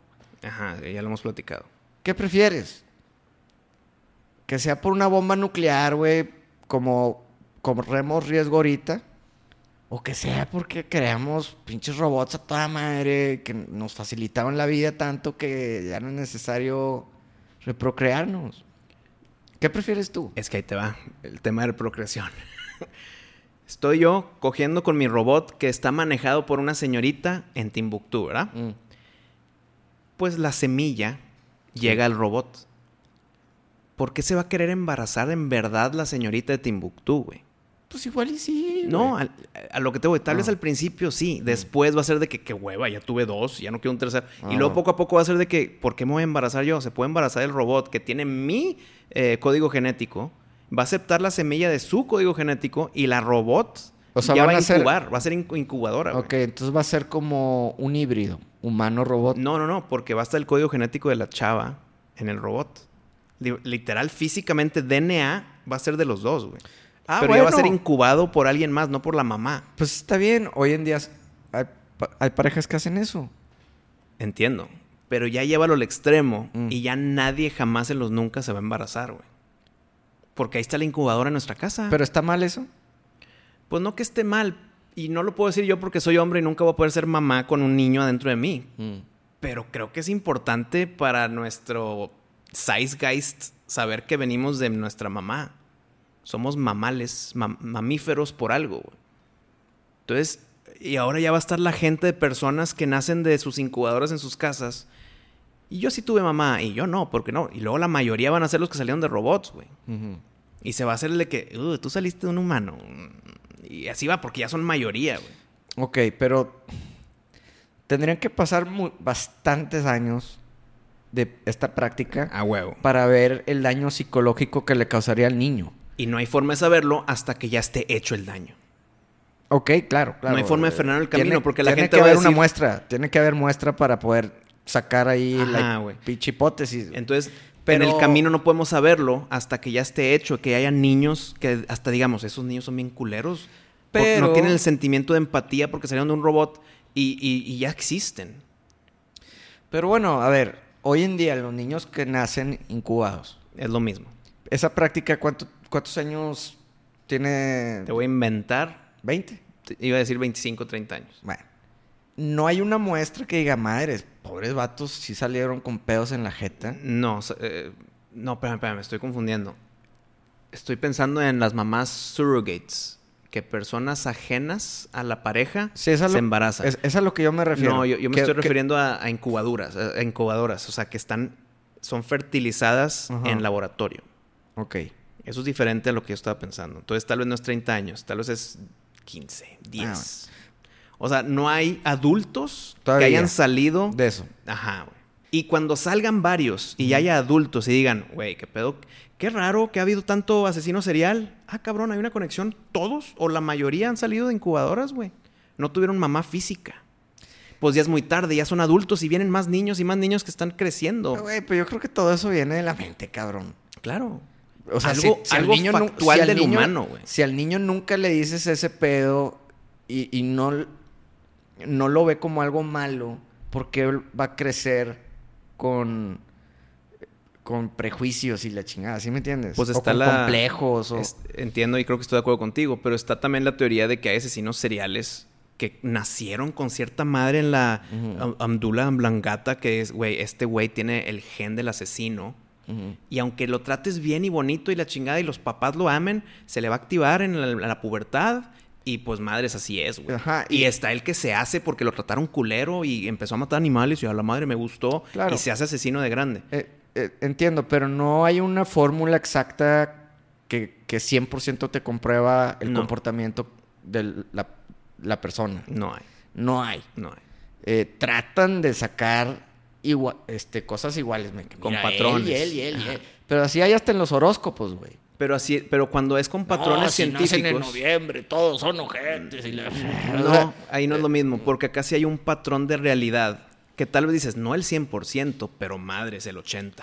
[SPEAKER 3] Ajá, ya lo hemos platicado.
[SPEAKER 1] ¿Qué prefieres? Que sea por una bomba nuclear, güey, como corremos riesgo ahorita. O que sea porque creamos pinches robots a toda madre que nos facilitaron la vida tanto que ya no es necesario reprocrearnos. ¿Qué prefieres tú?
[SPEAKER 3] Es que ahí te va el tema de procreación. Estoy yo cogiendo con mi robot que está manejado por una señorita en Timbuktu, ¿verdad?
[SPEAKER 1] Mm.
[SPEAKER 3] Pues la semilla llega al robot. ¿Por qué se va a querer embarazar en verdad la señorita de Timbuktu, güey?
[SPEAKER 1] Pues igual y sí.
[SPEAKER 3] No,
[SPEAKER 1] güey.
[SPEAKER 3] al- a, lo que te voy, tal
[SPEAKER 1] Ah.
[SPEAKER 3] vez al principio sí, después va a ser de que, qué hueva, ya tuve dos, ya no quiero un tercero. Y
[SPEAKER 1] Ah.
[SPEAKER 3] luego poco a poco va a ser de que, ¿por qué me voy a embarazar yo? Se puede embarazar el robot que tiene mi eh, código genético, va a aceptar la semilla de su código genético y la robot
[SPEAKER 1] O sea,
[SPEAKER 3] ya
[SPEAKER 1] van
[SPEAKER 3] va a
[SPEAKER 1] a ser-
[SPEAKER 3] incubar, va a ser incu- incubadora. güey.
[SPEAKER 1] Ok, entonces va a ser como un híbrido, humano-robot.
[SPEAKER 3] No, no, no, porque va a estar el código genético de la chava en el robot. Li- literal, físicamente, DNA va a ser de los dos, güey.
[SPEAKER 1] Ah,
[SPEAKER 3] Pero ya va a ser
[SPEAKER 1] bueno.
[SPEAKER 3] incubado por alguien más, no por la mamá.
[SPEAKER 1] Pues está bien, hoy en día hay, pa- hay parejas que hacen eso.
[SPEAKER 3] Entiendo. Pero ya llévalo al extremo
[SPEAKER 1] Mm.
[SPEAKER 3] y ya nadie jamás en los nunca se va a embarazar, güey. Porque ahí está la incubadora en nuestra casa.
[SPEAKER 1] Pero está mal eso.
[SPEAKER 3] pues no que esté mal. Y no lo puedo decir yo porque soy hombre y nunca voy a poder ser mamá con un niño adentro de mí. Pero creo que es importante para nuestro zeitgeist saber que venimos de nuestra mamá. Somos mamales, mam- mamíferos por algo, güey. Entonces, y ahora ya va a estar la gente de personas que nacen de sus incubadoras en sus casas. Y yo sí tuve mamá, y yo no, porque no. Y luego la mayoría van a ser los que salieron de robots, güey. Y se va a hacer el de que, "Uh, tú saliste de un humano. Y así va, porque ya son mayoría, güey.
[SPEAKER 1] Ok, pero tendrían que pasar mu- bastantes años de esta práctica
[SPEAKER 3] A huevo.
[SPEAKER 1] para ver el daño psicológico que le causaría al niño.
[SPEAKER 3] Y no hay forma de saberlo hasta que ya esté hecho el daño.
[SPEAKER 1] Ok, claro, claro.
[SPEAKER 3] hay forma de frenar el camino, porque la gente
[SPEAKER 1] Tiene que
[SPEAKER 3] va a
[SPEAKER 1] haber una
[SPEAKER 3] decir-
[SPEAKER 1] muestra, tiene que haber muestra para poder sacar ahí
[SPEAKER 3] Ajá,
[SPEAKER 1] la
[SPEAKER 3] güey.
[SPEAKER 1] pinche hipótesis.
[SPEAKER 3] Entonces,
[SPEAKER 1] Pero-
[SPEAKER 3] en el camino no podemos saberlo hasta que ya esté hecho, que haya niños que hasta digamos, esos niños son bien culeros, porque
[SPEAKER 1] Pero-
[SPEAKER 3] no tienen el sentimiento de empatía porque salieron de un robot y, y- y ya existen.
[SPEAKER 1] Pero bueno, a ver, hoy en día los niños que nacen incubados,
[SPEAKER 3] Es lo mismo.
[SPEAKER 1] esa práctica, cuánto- ¿cuántos años tiene?
[SPEAKER 3] Te voy a inventar,
[SPEAKER 1] ¿20?
[SPEAKER 3] te- iba a decir 25, 30 años.
[SPEAKER 1] Bueno, no hay una muestra que diga, madres, pobres vatos, sí salieron con pedos en la jeta.
[SPEAKER 3] No, so- eh, no, espérame, espérame, me estoy confundiendo. Estoy pensando en las mamás surrogates, que personas ajenas a la pareja
[SPEAKER 1] Sí, es a lo-
[SPEAKER 3] se embarazan.
[SPEAKER 1] Es, es a lo que yo me refiero.
[SPEAKER 3] No, yo, yo me
[SPEAKER 1] Que-
[SPEAKER 3] estoy
[SPEAKER 1] que-
[SPEAKER 3] refiriendo a, a incubadoras, a a incubadoras, o sea, que están, son fertilizadas
[SPEAKER 1] Ajá.
[SPEAKER 3] en laboratorio.
[SPEAKER 1] Ok.
[SPEAKER 3] Eso es diferente a lo que yo estaba pensando. Entonces, tal vez no es 30 años, tal vez es 15,
[SPEAKER 1] Ah,
[SPEAKER 3] 10. O sea, no hay adultos
[SPEAKER 1] Todavía.
[SPEAKER 3] que hayan salido.
[SPEAKER 1] De eso.
[SPEAKER 3] Ajá, güey. Y cuando salgan varios y ya haya adultos y digan, güey, qué pedo, qué raro que ha habido tanto asesino serial. Ah, cabrón, hay una conexión. Todos o la mayoría han salido de incubadoras, güey. No tuvieron mamá física. Pues ya es muy tarde, ya son adultos y vienen más niños y más niños que están creciendo.
[SPEAKER 1] No, güey, pero yo creo que todo eso viene de la mente, cabrón.
[SPEAKER 3] Claro.
[SPEAKER 1] O sea,
[SPEAKER 3] Algo-
[SPEAKER 1] si, si al
[SPEAKER 3] algo
[SPEAKER 1] niño nun-
[SPEAKER 3] factual
[SPEAKER 1] si al
[SPEAKER 3] del
[SPEAKER 1] niño-
[SPEAKER 3] humano, güey.
[SPEAKER 1] Si al niño nunca le dices ese pedo y, y no, no lo ve como algo malo, ¿por qué va a crecer con, con prejuicios y la chingada? ¿Sí me entiendes?
[SPEAKER 3] Pues
[SPEAKER 1] O
[SPEAKER 3] está
[SPEAKER 1] con
[SPEAKER 3] la-
[SPEAKER 1] complejos. O...
[SPEAKER 3] Es- entiendo y creo que estoy de acuerdo contigo, pero está también la teoría de que hay asesinos seriales que nacieron con cierta madre en la
[SPEAKER 1] Ujú.
[SPEAKER 3] am- amdula amblangata que es, güey, este güey tiene el gen del asesino.
[SPEAKER 1] Ujú.
[SPEAKER 3] Y aunque lo trates bien y bonito y la chingada y los papás lo amen, se le va a activar en la, la pubertad. Y pues madres, así es, güey.
[SPEAKER 1] Ajá,
[SPEAKER 3] Y,
[SPEAKER 1] y-
[SPEAKER 3] está el que se hace porque lo trataron culero y empezó a matar animales y a la madre me gustó.
[SPEAKER 1] Claro.
[SPEAKER 3] Y se hace asesino de grande.
[SPEAKER 1] Eh, eh, entiendo, pero no hay una fórmula exacta que, que 100% te comprueba el
[SPEAKER 3] No.
[SPEAKER 1] comportamiento de la, la persona.
[SPEAKER 3] No hay,
[SPEAKER 1] No hay.
[SPEAKER 3] no hay.
[SPEAKER 1] Eh, tratan de sacar igua- este, cosas iguales. me-
[SPEAKER 3] Con
[SPEAKER 1] mira,
[SPEAKER 3] patrones.
[SPEAKER 1] él y él y él y
[SPEAKER 3] Ajá.
[SPEAKER 1] él. Pero así hay hasta en los horóscopos, güey.
[SPEAKER 3] Pero así, pero cuando es con patrones
[SPEAKER 4] No, si
[SPEAKER 3] científicos.
[SPEAKER 4] nacen en noviembre, todos son ojentes y la-
[SPEAKER 1] O
[SPEAKER 3] No,
[SPEAKER 1] sea, eh,
[SPEAKER 3] ahí no es lo mismo, porque acá sí hay un patrón de realidad que tal vez dices, no el 100%, pero madre, es el 80%.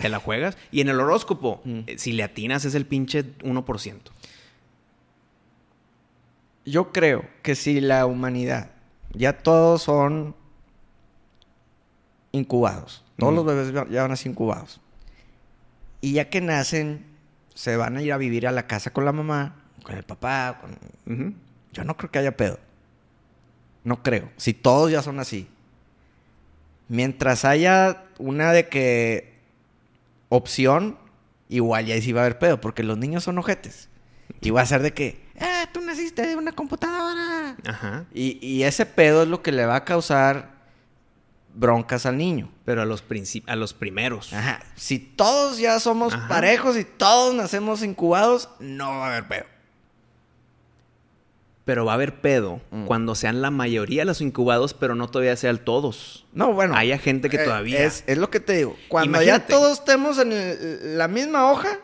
[SPEAKER 3] Te la juegas. Y en el horóscopo,
[SPEAKER 1] Mm.
[SPEAKER 3] eh, si le atinas, es el pinche 1%.
[SPEAKER 1] Yo creo que si la humanidad Ya todos son incubados. Todos los
[SPEAKER 3] Ujú.
[SPEAKER 1] bebés ya- ya van a ser incubados. Y ya que nacen, se van a ir a vivir a la casa con la mamá, con el papá. con-
[SPEAKER 3] Ujú.
[SPEAKER 1] Yo no creo que haya pedo. No creo. Si todos ya son así. Mientras haya una de que opción, igual y ahí sí va a haber pedo, porque los niños son ojetes. Y va a ser de que, ah, tú naciste de una computadora.
[SPEAKER 3] Ajá.
[SPEAKER 1] Y, y ese pedo es lo que le va a causar broncas al niño.
[SPEAKER 3] Pero a los, princip- a los primeros.
[SPEAKER 1] Ajá. Si todos ya somos
[SPEAKER 3] Ajá.
[SPEAKER 1] parejos y todos nacemos incubados, no va a haber pedo.
[SPEAKER 3] Pero va a haber pedo
[SPEAKER 1] Mm.
[SPEAKER 3] cuando sean la mayoría los incubados, pero no todavía sean todos.
[SPEAKER 1] No, bueno.
[SPEAKER 3] Haya gente que
[SPEAKER 1] eh,
[SPEAKER 3] todavía.
[SPEAKER 1] Es, es lo que te digo. Cuando
[SPEAKER 3] Imagínate.
[SPEAKER 1] ya todos estemos en el- la misma hoja,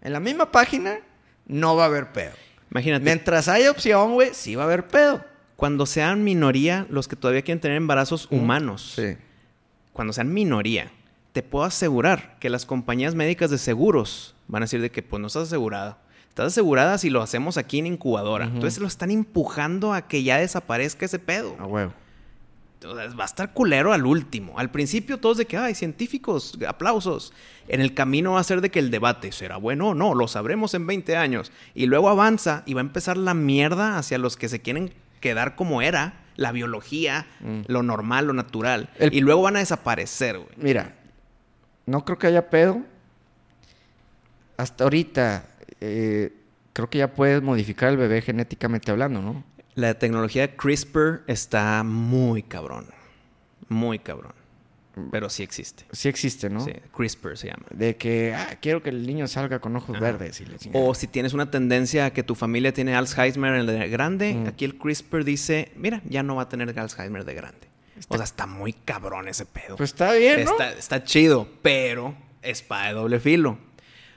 [SPEAKER 1] en la misma página, no va a haber pedo.
[SPEAKER 3] Imagínate,
[SPEAKER 1] Mientras haya opción, güey, sí va a haber pedo.
[SPEAKER 3] cuando sean minoría los que todavía quieren tener embarazos humanos.
[SPEAKER 1] Mm. Sí.
[SPEAKER 3] cuando sean minoría, te puedo asegurar que las compañías médicas de seguros van a decir de que pues no estás asegurada. Estás asegurada si lo hacemos aquí en incubadora.
[SPEAKER 1] Ujú.
[SPEAKER 3] Entonces lo están empujando a que ya desaparezca ese pedo.
[SPEAKER 1] A huevo.
[SPEAKER 3] Entonces, va a estar culero al último. Al principio todos de que, ay, científicos, aplausos. En el camino va a ser de que el debate será bueno o no, lo sabremos en 20 años. Y luego avanza y va a empezar la mierda hacia los que se quieren quedar como era, la biología, lo normal, lo natural.
[SPEAKER 1] Mm. El-
[SPEAKER 3] Y luego van a desaparecer, güey.
[SPEAKER 1] Mira, no creo que haya pedo. Hasta ahorita, eh, creo que ya puedes modificar el bebé genéticamente hablando, ¿no?
[SPEAKER 3] La tecnología de CRISPR está muy cabrón. Muy cabrón. Pero sí existe.
[SPEAKER 1] Sí existe, ¿no?
[SPEAKER 3] Sí, CRISPR se llama.
[SPEAKER 1] De que, ah, quiero que el niño salga con ojos verdes
[SPEAKER 3] Oh,
[SPEAKER 1] y la chingada.
[SPEAKER 3] O si tienes una tendencia a que tu familia tiene Alzheimer en de grande,
[SPEAKER 1] Mm.
[SPEAKER 3] aquí el CRISPR dice, mira, ya no va a tener Alzheimer de grande. o sea, está muy cabrón ese pedo.
[SPEAKER 1] Pues está bien, ¿no?
[SPEAKER 3] está, está chido, pero espada de doble filo.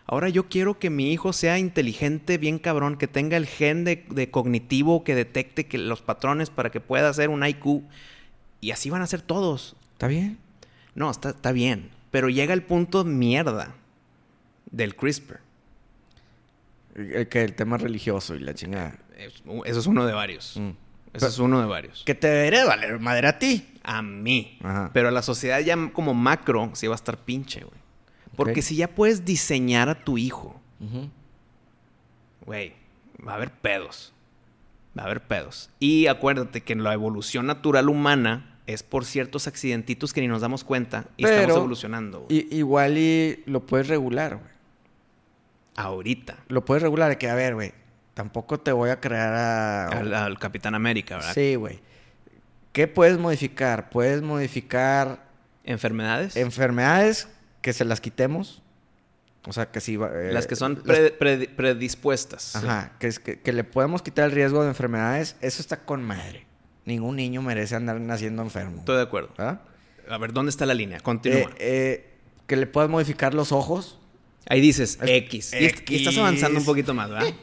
[SPEAKER 3] Ahora yo quiero que mi hijo sea inteligente, bien cabrón, que tenga el gen de, de cognitivo que detecte que los patrones para que pueda hacer un IQ. Y así van a ser todos.
[SPEAKER 1] Está bien.
[SPEAKER 3] No, está, está bien. Pero llega el punto mierda del CRISPR.
[SPEAKER 1] El, Eh, que el tema religioso y la chingada.
[SPEAKER 3] Es- Eso es uno de varios.
[SPEAKER 1] Mm.
[SPEAKER 3] Eso es uno de varios.
[SPEAKER 1] Que te debería valer madre a ti.
[SPEAKER 3] A mí.
[SPEAKER 1] Ajá.
[SPEAKER 3] Pero a la sociedad ya como macro sí va a estar pinche, güey. Porque
[SPEAKER 1] Ok.
[SPEAKER 3] si ya puedes diseñar a tu hijo, güey, va a haber pedos. Va a haber pedos. Y acuérdate que la evolución natural humana es por ciertos accidentitos que ni nos damos cuenta y estamos
[SPEAKER 1] Pero-
[SPEAKER 3] evolucionando, güey.
[SPEAKER 1] Y- igual y lo puedes regular, güey.
[SPEAKER 3] Ahorita.
[SPEAKER 1] Lo puedes regular de que, a ver, güey, tampoco te voy a crear a...
[SPEAKER 3] Al, al Capitán América, ¿verdad?
[SPEAKER 1] Sí, güey. ¿Qué puedes modificar? Puedes modificar
[SPEAKER 3] Enfermedades.
[SPEAKER 1] enfermedades que se las quitemos. O sea, que sí. va- eh,
[SPEAKER 3] las que son
[SPEAKER 1] las-
[SPEAKER 3] pre- pre- predispuestas.
[SPEAKER 1] ajá, que, es que, que le podemos quitar el riesgo de enfermedades. Eso está con madre. Ningún niño merece andar naciendo enfermo.
[SPEAKER 3] Estoy de acuerdo.
[SPEAKER 1] ¿verdad?
[SPEAKER 3] A ver, ¿dónde está la línea? Continúa.
[SPEAKER 1] Eh, eh, que le puedas modificar los ojos.
[SPEAKER 3] Ahí dices
[SPEAKER 1] Es-
[SPEAKER 3] X. Y, est- y estás
[SPEAKER 1] X.
[SPEAKER 3] avanzando un poquito más, ¿verdad?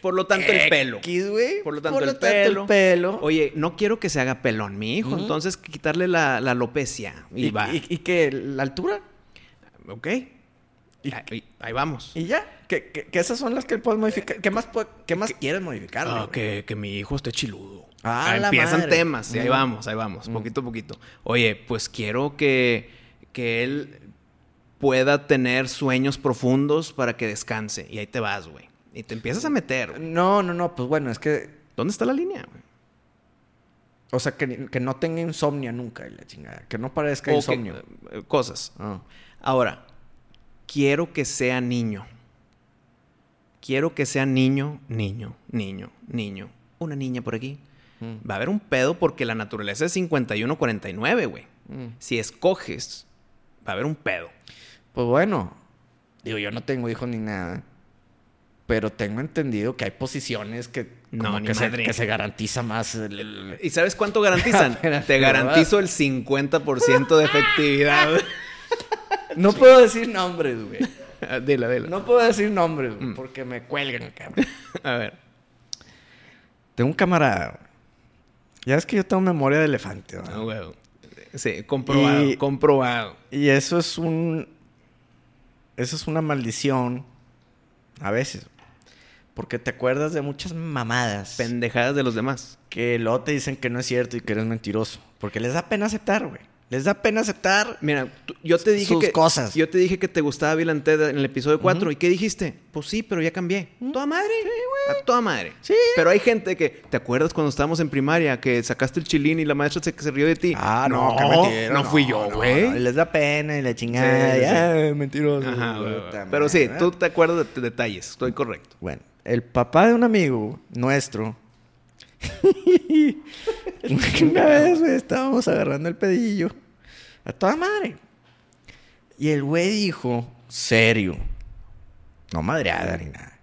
[SPEAKER 3] Por lo tanto, el pelo.
[SPEAKER 1] X, güey.
[SPEAKER 3] Por lo tanto, el, pelo.
[SPEAKER 1] pelo.
[SPEAKER 3] Oye, no quiero que se haga pelón mi hijo.
[SPEAKER 1] Ujú.
[SPEAKER 3] Entonces, quitarle la, la alopecia. Y,
[SPEAKER 1] y,
[SPEAKER 3] va.
[SPEAKER 1] y- y que la altura.
[SPEAKER 3] ok. ahí, ahí vamos.
[SPEAKER 1] Y ya. Que, que- que esas son las que puedes modificar. ¿Qué más, pue- qué más quieres modificar?
[SPEAKER 3] Ah, que, que mi hijo esté chiludo.
[SPEAKER 1] Ah, la
[SPEAKER 3] empiezan
[SPEAKER 1] madre.
[SPEAKER 3] temas. Y ahí
[SPEAKER 1] Mm.
[SPEAKER 3] vamos, ahí vamos. Poquito a poquito. Oye, pues quiero que, que él pueda tener sueños profundos para que descanse. Y ahí te vas, güey. Y te empiezas a meter. güey.
[SPEAKER 1] No, no, no. Pues bueno, es que
[SPEAKER 3] ¿Dónde está la línea, güey?
[SPEAKER 1] O sea, que, que no tenga insomnio nunca, y la chingada. Que no parezca
[SPEAKER 3] O que-
[SPEAKER 1] insomnio.
[SPEAKER 3] eh, cosas.
[SPEAKER 1] Ah.
[SPEAKER 3] Ahora, quiero que sea niño. Quiero que sea niño, niño, niño, niño. Una niña por aquí.
[SPEAKER 1] Mm.
[SPEAKER 3] Va a haber un pedo porque la naturaleza es 51-49, güey.
[SPEAKER 1] Mm.
[SPEAKER 3] Si escoges, va a haber un pedo.
[SPEAKER 1] Pues bueno, digo, yo no tengo hijos ni nada. Pero tengo entendido que hay posiciones que,
[SPEAKER 3] No,
[SPEAKER 1] como
[SPEAKER 3] ni
[SPEAKER 1] que, se,
[SPEAKER 3] madre.
[SPEAKER 1] que se garantiza más. el- el-
[SPEAKER 3] ¿Y sabes cuánto garantizan?
[SPEAKER 1] Espérate,
[SPEAKER 3] Te garantizo el 50% de efectividad.
[SPEAKER 1] No puedo decir nombres, güey.
[SPEAKER 3] dilo, dilo.
[SPEAKER 1] No puedo decir nombres, güey, porque me cuelgan, cabrón.
[SPEAKER 3] A ver.
[SPEAKER 1] Tengo un camarada. güey. Ya es que yo tengo memoria de elefante, ¿verdad?
[SPEAKER 3] Ah, huevo. Sí, comprobado,
[SPEAKER 1] Y-
[SPEAKER 3] comprobado.
[SPEAKER 1] Y eso es un. Eso es una maldición. A veces. Porque te acuerdas de muchas mamadas
[SPEAKER 3] Pendejadas de los demás.
[SPEAKER 1] que luego te dicen que no es cierto y que eres mentiroso. Porque les da pena aceptar, güey. Les da pena aceptar.
[SPEAKER 3] Mira, tú- yo te dije
[SPEAKER 1] Sus
[SPEAKER 3] que...
[SPEAKER 1] cosas.
[SPEAKER 3] Yo te dije que te gustaba Bill and Ted en el episodio 4. ¿Y qué dijiste? Pues sí, pero ya cambié. ¿Toda madre? A toda madre.
[SPEAKER 1] Sí.
[SPEAKER 3] Pero hay gente que... ¿Te acuerdas cuando estábamos en primaria que sacaste el chilín y la maestra se, que se rió de ti?
[SPEAKER 1] "Ah, qué mentira,
[SPEAKER 3] No fui yo,
[SPEAKER 1] no,
[SPEAKER 3] güey.
[SPEAKER 1] no, les da pena y la chingada.
[SPEAKER 3] Sí, sí,
[SPEAKER 1] y,
[SPEAKER 3] sí.
[SPEAKER 1] "Ah, mentiroso.
[SPEAKER 3] Ajá, güey,
[SPEAKER 1] Puta
[SPEAKER 3] güey. Pero sí,
[SPEAKER 1] madre,
[SPEAKER 3] tú te acuerdas de, de detalles. Estoy correcto.
[SPEAKER 1] Bueno, el papá de un amigo nuestro. una vez, güey, estábamos agarrando el pedillo. A toda madre. Y el güey dijo, serio. No madreada ni nada.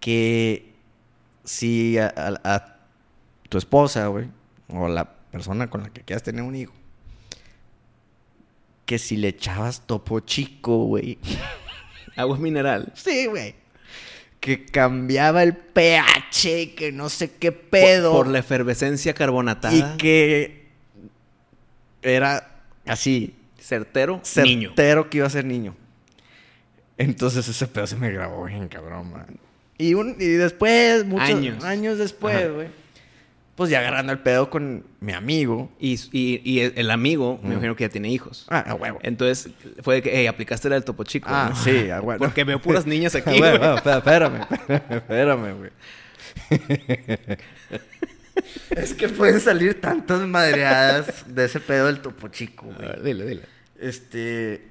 [SPEAKER 1] Que si a, a- a tu esposa, güey, o la persona con la que quieras tener un hijo, que si le echabas topo chico, güey.
[SPEAKER 3] Agua mineral.
[SPEAKER 1] Sí, güey. Que cambiaba el pH, y que no sé qué pedo.
[SPEAKER 3] Por, por la efervescencia carbonatada.
[SPEAKER 1] y que era así,
[SPEAKER 3] Certero. niño.
[SPEAKER 1] certero que iba a ser niño. Entonces ese pedo se me grabó bien, cabrón, man. Y, un- y después, muchos
[SPEAKER 3] Años.
[SPEAKER 1] años, después,
[SPEAKER 3] Ajá.
[SPEAKER 1] güey. Pues ya agarrando el pedo con mi amigo.
[SPEAKER 3] Y, y- y el- el amigo, me imagino que ya tiene hijos.
[SPEAKER 1] Ah, a huevo.
[SPEAKER 3] Entonces, fue de que, hey, aplicaste la del topo chico.
[SPEAKER 1] Ah,
[SPEAKER 3] ¿no?
[SPEAKER 1] sí, ah, bueno.
[SPEAKER 3] Porque veo puras niñas
[SPEAKER 1] Ah,
[SPEAKER 3] aquí.
[SPEAKER 1] bueno,
[SPEAKER 3] güey.
[SPEAKER 1] bueno, espera- espérame, espérame, espérame, güey. es que pueden salir tantas madreadas de ese pedo del topo chico,
[SPEAKER 3] A
[SPEAKER 1] güey.
[SPEAKER 3] ver, Dile, dile.
[SPEAKER 1] Este.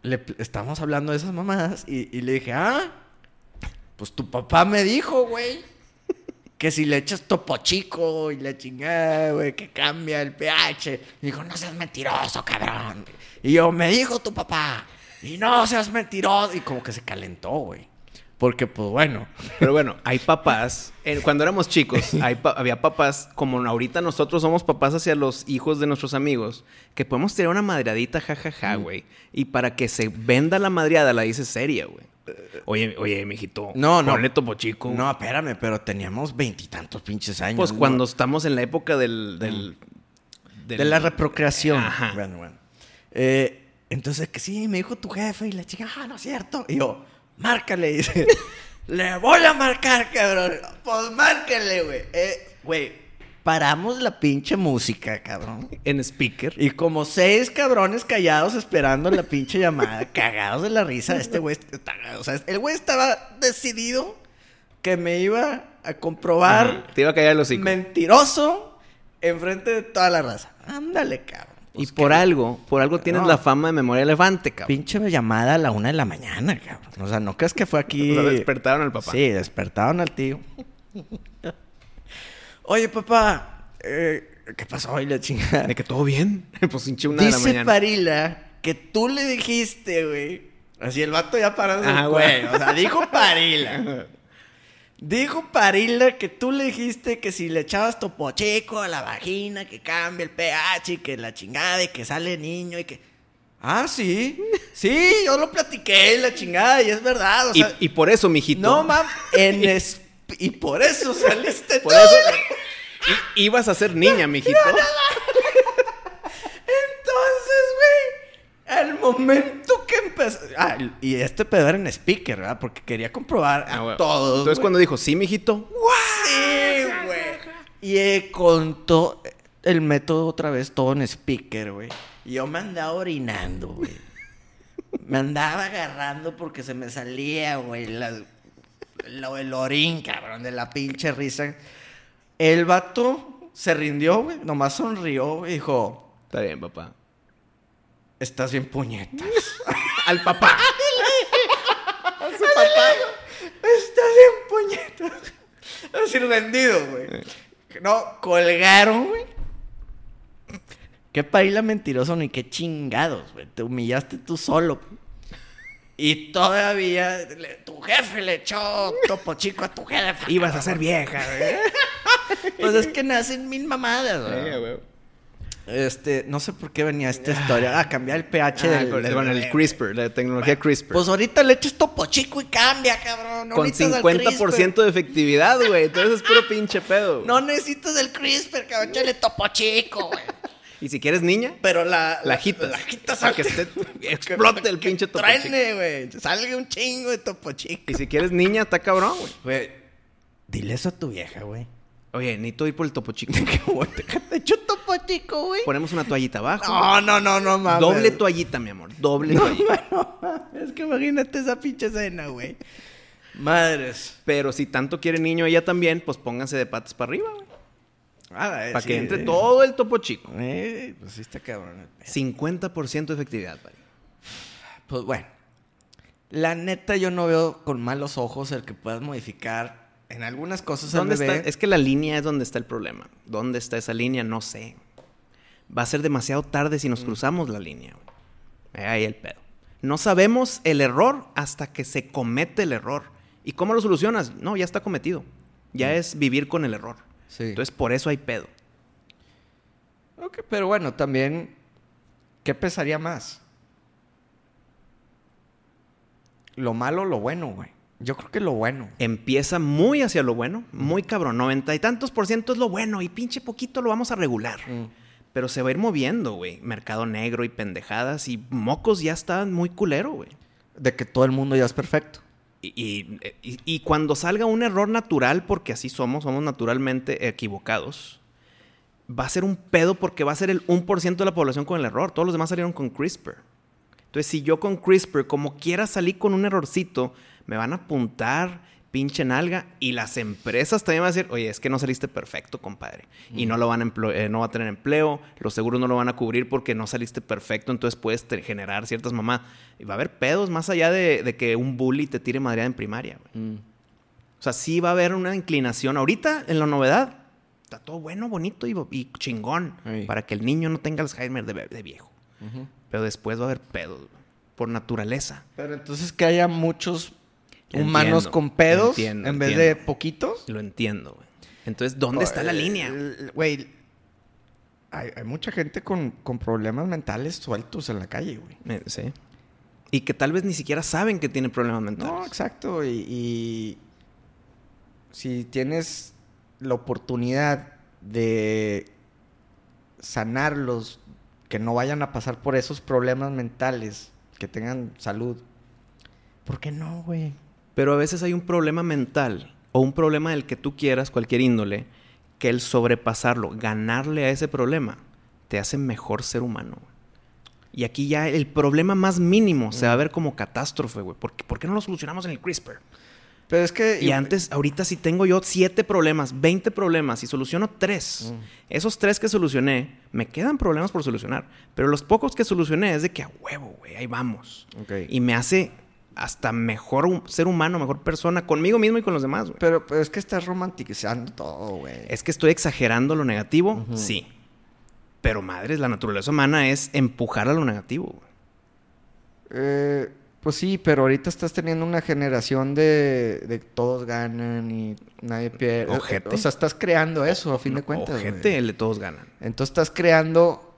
[SPEAKER 1] Le, pl- estábamos hablando de esas mamadas y, y le dije, ah, pues tu papá me dijo, güey, que si le echas topo chico y la chingada, güey, que cambia el pH. Y dijo, no seas mentiroso, cabrón. Y yo, me dijo tu papá, y no seas mentiroso. Y como que se calentó, güey. Porque, pues bueno,
[SPEAKER 3] Pero bueno, hay papás. eh, cuando éramos chicos, hay pa- había papás, como ahorita nosotros somos papás hacia los hijos de nuestros amigos, que podemos tirar una madreadita,
[SPEAKER 1] Mm.
[SPEAKER 3] jajaja, güey. Y para que se venda la madreada, la dices seria, güey. Oye, oye, mijito.
[SPEAKER 1] Eh, No, no.
[SPEAKER 3] Ponle topo chico.
[SPEAKER 1] no, espérame, pero teníamos veintitantos pinches años.
[SPEAKER 3] Pues
[SPEAKER 1] ¿no? Mm.
[SPEAKER 3] cuando estamos en la época del. del, del-
[SPEAKER 1] de la reprocreación.
[SPEAKER 3] Ajá.
[SPEAKER 1] Bueno, bueno. Eh, entonces, que sí, me dijo tu jefe y la chica, ah, no es cierto. Y yo, márcale. Y dice, le voy a marcar, cabrón. Pues márcale, güey. Eh, Güey, paramos la pinche música, cabrón.
[SPEAKER 3] En speaker.
[SPEAKER 1] Y como seis cabrones callados esperando la pinche llamada, cagados de la risa. Este güey, está- o sea, el güey estaba decidido que me iba a comprobar
[SPEAKER 3] Ajá. Te iba a caer los hijos.
[SPEAKER 1] mentiroso enfrente de toda la raza. Ándale, cabrón.
[SPEAKER 3] Y
[SPEAKER 1] Pues,
[SPEAKER 3] por
[SPEAKER 1] qué
[SPEAKER 3] algo, por algo tienes
[SPEAKER 1] No.
[SPEAKER 3] la fama de memoria elefante, cabrón.
[SPEAKER 1] pinche llamada a la una de la mañana, cabrón. O sea, no crees que fue aquí.
[SPEAKER 3] Lo despertaron al papá.
[SPEAKER 1] Sí, despertaron al tío. Oye, papá, eh, ¿qué pasó hoy la chingada?
[SPEAKER 3] De que todo bien. Pues hinché una de la
[SPEAKER 1] Dice
[SPEAKER 3] mañana.
[SPEAKER 1] Parila que tú le dijiste, güey. Así el vato ya parando.
[SPEAKER 3] Ah,
[SPEAKER 1] el
[SPEAKER 3] güey.
[SPEAKER 1] cuello. O sea, dijo Parila. Dijo Parila que tú le dijiste que si le echabas topo chico a la vagina, que cambia el pH y que la chingada y que sale niño y que. Ah, sí. Sí, yo lo platiqué y la chingada y es verdad. O
[SPEAKER 3] Y,
[SPEAKER 1] sea,
[SPEAKER 3] y por eso, mijito.
[SPEAKER 1] no mames. en es- Y por eso este saliste
[SPEAKER 3] Por
[SPEAKER 1] tú.
[SPEAKER 3] eso. i- ibas a ser niña, mijito.
[SPEAKER 1] Entonces, güey, al momento que empezó. Ah, y este pedo era en speaker, ¿verdad? Porque quería comprobar a
[SPEAKER 3] Ah, güey.
[SPEAKER 1] todos.
[SPEAKER 3] Entonces,
[SPEAKER 1] güey.
[SPEAKER 3] cuando dijo, sí, mijito.
[SPEAKER 1] Ah, Sí, güey. Y eh, contó el método otra vez todo en speaker, güey. Y Yo me andaba orinando, güey. Me andaba agarrando porque se me salía, güey, la- lo, el orín, cabrón, de la pinche risa. El vato se rindió, güey. Nomás sonrió güey, y dijo...
[SPEAKER 3] Está bien, papá.
[SPEAKER 1] Estás bien puñetas.
[SPEAKER 3] Al papá.
[SPEAKER 1] Estás bien puñetas. Así rendido, güey. Eh. No, colgaron, güey. Qué paila mentiroso ni qué chingados, güey. Te humillaste tú solo. Y todavía le- tu jefe le echó topo chico a tu jefe.
[SPEAKER 3] Ibas a ser vieja, güey.
[SPEAKER 1] Pues es que nacen mil mamadas,
[SPEAKER 3] Eh,
[SPEAKER 1] güey.
[SPEAKER 3] güey.
[SPEAKER 1] Este, no sé por qué venía esta historia. Ah, cambiar el pH
[SPEAKER 3] Ah,
[SPEAKER 1] del,
[SPEAKER 3] con-
[SPEAKER 1] del-
[SPEAKER 3] bueno, el CRISPR, la tecnología CRISPR.
[SPEAKER 1] Pues ahorita le echas topo chico y cambia, cabrón.
[SPEAKER 3] con
[SPEAKER 1] Ahorita es al
[SPEAKER 3] 50%
[SPEAKER 1] CRISPR.
[SPEAKER 3] de efectividad, güey. Entonces es puro pinche pedo. güey.
[SPEAKER 1] No necesitas el CRISPR, cabrón. Échale topo chico, güey.
[SPEAKER 3] Y si quieres niña,
[SPEAKER 5] Pero la.
[SPEAKER 3] la agitas.
[SPEAKER 5] La quitas
[SPEAKER 3] Para que
[SPEAKER 5] antes.
[SPEAKER 3] esté- explote el
[SPEAKER 5] Que
[SPEAKER 3] pinche Topo
[SPEAKER 5] Truene, güey. Salga un chingo de topo chico.
[SPEAKER 3] Y si quieres niña, está cabrón, güey.
[SPEAKER 5] Güey. Dile eso a tu vieja, güey.
[SPEAKER 3] Oye, necesito ir por el topo chico.
[SPEAKER 5] Güey, déjate hecho topo chico, güey.
[SPEAKER 3] Ponemos una toallita abajo.
[SPEAKER 5] No, no, no, no mames.
[SPEAKER 3] doble toallita, mi amor. Doble toallita.
[SPEAKER 5] No mames, que imagínate esa pinche cena, güey. Madres.
[SPEAKER 3] Pero si tanto quiere niño ella también, pues pónganse de patas para arriba, güey. Para que entre todo el topo chico.
[SPEAKER 5] Ah, Eh, pues sí está cabrón.
[SPEAKER 3] 50% de efectividad, güey.
[SPEAKER 1] Pues bueno. La neta, yo no veo con malos ojos el que puedas modificar en algunas cosas al
[SPEAKER 3] ¿Dónde está?
[SPEAKER 1] bebé.
[SPEAKER 3] Es que la línea es donde está el problema. ¿Dónde está esa línea? No sé. Va a ser demasiado tarde si nos
[SPEAKER 1] Mm.
[SPEAKER 3] cruzamos la línea. güey. Ahí el pedo. No sabemos el error hasta que se comete el error. ¿Y cómo lo solucionas? No, ya está cometido. Ya es vivir con el error.
[SPEAKER 1] Mm. Sí.
[SPEAKER 3] Entonces, por eso hay pedo.
[SPEAKER 1] Ok, pero bueno, también, ¿qué pesaría más? ¿Lo malo o lo bueno, güey? Yo creo que lo bueno.
[SPEAKER 3] Empieza muy hacia lo bueno,
[SPEAKER 1] Mm.
[SPEAKER 3] muy cabrón. Noventa y tantos por ciento es lo bueno y pinche poquito lo vamos a regular.
[SPEAKER 1] Mm.
[SPEAKER 3] Pero se va a ir moviendo, güey. Mercado negro y pendejadas y mocos ya están muy culero, güey.
[SPEAKER 1] De que todo el mundo ya es perfecto.
[SPEAKER 3] Y, y- eh, y- y cuando salga un error natural, porque así somos, somos naturalmente equivocados, va a ser un pedo porque va a ser el 1% de la población con el error. Todos los demás salieron con CRISPR. Entonces, si yo con CRISPR, como quiera, salí con un errorcito, me van a apuntar pinche nalga y las empresas también van a decir, oye, es que no saliste perfecto, compadre. Y no, lo van a emplo- eh, no va a tener empleo, los seguros no lo van a cubrir porque no saliste perfecto, entonces puedes te- generar ciertas mamás. Y va a haber pedos más allá de, de que un bully te tire madreada en primaria. güey.
[SPEAKER 1] Mm,
[SPEAKER 3] O sea, sí va a haber una inclinación. Ahorita, en la novedad, está todo bueno, bonito y, bo- y chingón
[SPEAKER 1] Ey.
[SPEAKER 3] para que el niño no tenga Alzheimer de, be- de viejo. Pero después va a haber pedos, güey, por naturaleza.
[SPEAKER 1] Pero entonces que haya muchos
[SPEAKER 3] Entiendo,
[SPEAKER 1] humanos con pedos
[SPEAKER 3] entiendo,
[SPEAKER 1] en vez
[SPEAKER 3] entiendo.
[SPEAKER 1] de poquitos.
[SPEAKER 3] Lo entiendo, güey. Entonces, ¿dónde está la
[SPEAKER 1] Eh,
[SPEAKER 3] línea?
[SPEAKER 1] el- Güey, hay, hay mucha gente con, con problemas mentales sueltos en la calle, güey.
[SPEAKER 3] Eh, Sí. Y que tal vez ni siquiera saben que tienen problemas mentales.
[SPEAKER 1] No, exacto. Y, y si tienes la oportunidad de sanarlos, que no vayan a pasar por esos problemas mentales, que tengan salud. ¿Por qué no, güey?
[SPEAKER 3] Pero a veces hay un problema mental o un problema del que tú quieras, cualquier índole, que el sobrepasarlo, ganarle a ese problema, te hace mejor ser humano. Y aquí ya el problema más mínimo se va a ver como catástrofe, güey. ¿Por, qué- por qué no lo solucionamos en el CRISPR?
[SPEAKER 1] Pero es que...
[SPEAKER 3] Y antes, ahorita si tengo yo siete problemas, 20 problemas y soluciono tres. Esos tres que solucioné, me quedan problemas por solucionar. Pero los pocos que solucioné es de que a huevo, güey, ahí vamos.
[SPEAKER 1] Ok.
[SPEAKER 3] Y me hace hasta mejor hu- ser humano, mejor persona, conmigo mismo y con los demás, güey.
[SPEAKER 1] Pero, pero es que estás romantizando todo, güey.
[SPEAKER 3] Es que estoy exagerando lo negativo, sí. Pero madres, la naturaleza humana es empujar a lo negativo, güey.
[SPEAKER 1] Eh, pues sí, pero ahorita estás teniendo una generación de, de todos ganan y nadie pierde.
[SPEAKER 3] Ojete.
[SPEAKER 1] O sea, estás creando eso, a fin de cuentas. güey.
[SPEAKER 3] Ojete, el de todos ganan.
[SPEAKER 1] Entonces estás creando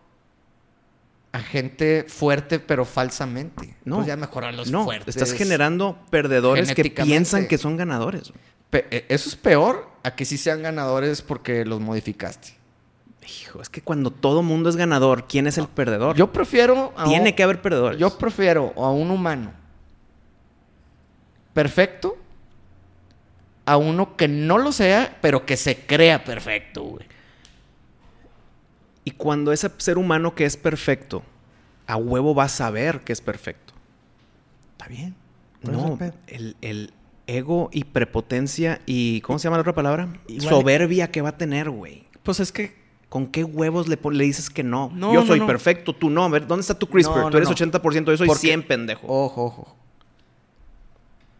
[SPEAKER 1] a gente fuerte, pero falsamente.
[SPEAKER 3] No.
[SPEAKER 1] Pues ya mejor a los
[SPEAKER 3] no,
[SPEAKER 1] fuertes.
[SPEAKER 3] estás generando perdedores que
[SPEAKER 1] genéticamente.
[SPEAKER 3] piensan que son ganadores. güey.
[SPEAKER 1] Pe- eh, eso es peor a que sí sean ganadores porque los modificaste.
[SPEAKER 3] Hijo, es que cuando todo mundo es ganador, ¿quién es el perdedor?
[SPEAKER 1] Yo prefiero. a
[SPEAKER 3] Tiene
[SPEAKER 1] un-
[SPEAKER 3] que haber perdedores.
[SPEAKER 1] Yo prefiero a un humano perfecto a uno que no lo sea, pero que se crea perfecto, güey.
[SPEAKER 3] y cuando ese ser humano que es perfecto, a huevo va a saber que es perfecto. Está bien.
[SPEAKER 1] ¿Cuál es el
[SPEAKER 3] No,
[SPEAKER 1] pedo?
[SPEAKER 3] el, el ego y prepotencia y... ¿Cómo se llama la otra palabra?
[SPEAKER 1] Igual-
[SPEAKER 3] Soberbia que va a tener, güey.
[SPEAKER 1] Pues es que
[SPEAKER 3] ¿Con qué huevos le, pon- le dices que no?
[SPEAKER 1] No,
[SPEAKER 3] yo
[SPEAKER 1] no,
[SPEAKER 3] soy
[SPEAKER 1] no.
[SPEAKER 3] perfecto, tú no. A ver, ¿dónde está tu CRISPR?
[SPEAKER 1] No, no,
[SPEAKER 3] tú eres
[SPEAKER 1] no.
[SPEAKER 3] 80%, yo soy
[SPEAKER 1] Porque-
[SPEAKER 3] 100, pendejo.
[SPEAKER 1] Ojo, ojo.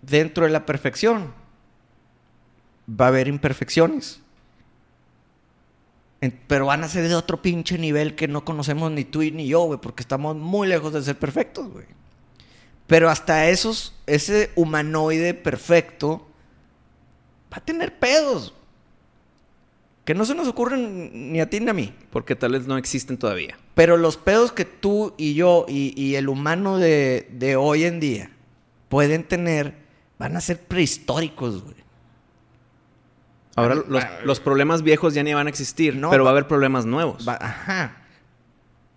[SPEAKER 1] Dentro de la perfección va a haber imperfecciones. En- pero van a ser de otro pinche nivel que no conocemos ni tú y ni yo, güey, porque estamos muy lejos de ser perfectos, güey. Pero hasta esos, ese humanoide perfecto va a tener pedos. Que no se nos ocurren ni a ti ni a mí.
[SPEAKER 3] Porque tal vez no existen todavía.
[SPEAKER 1] Pero los pedos que tú y yo y, y el humano de, de hoy en día pueden tener van a ser prehistóricos, güey.
[SPEAKER 3] Ah, Ahora los, los problemas viejos ya ni van a existir,
[SPEAKER 1] No,
[SPEAKER 3] pero va,
[SPEAKER 1] va- Pues
[SPEAKER 3] a haber problemas nuevos.
[SPEAKER 1] Va- ajá.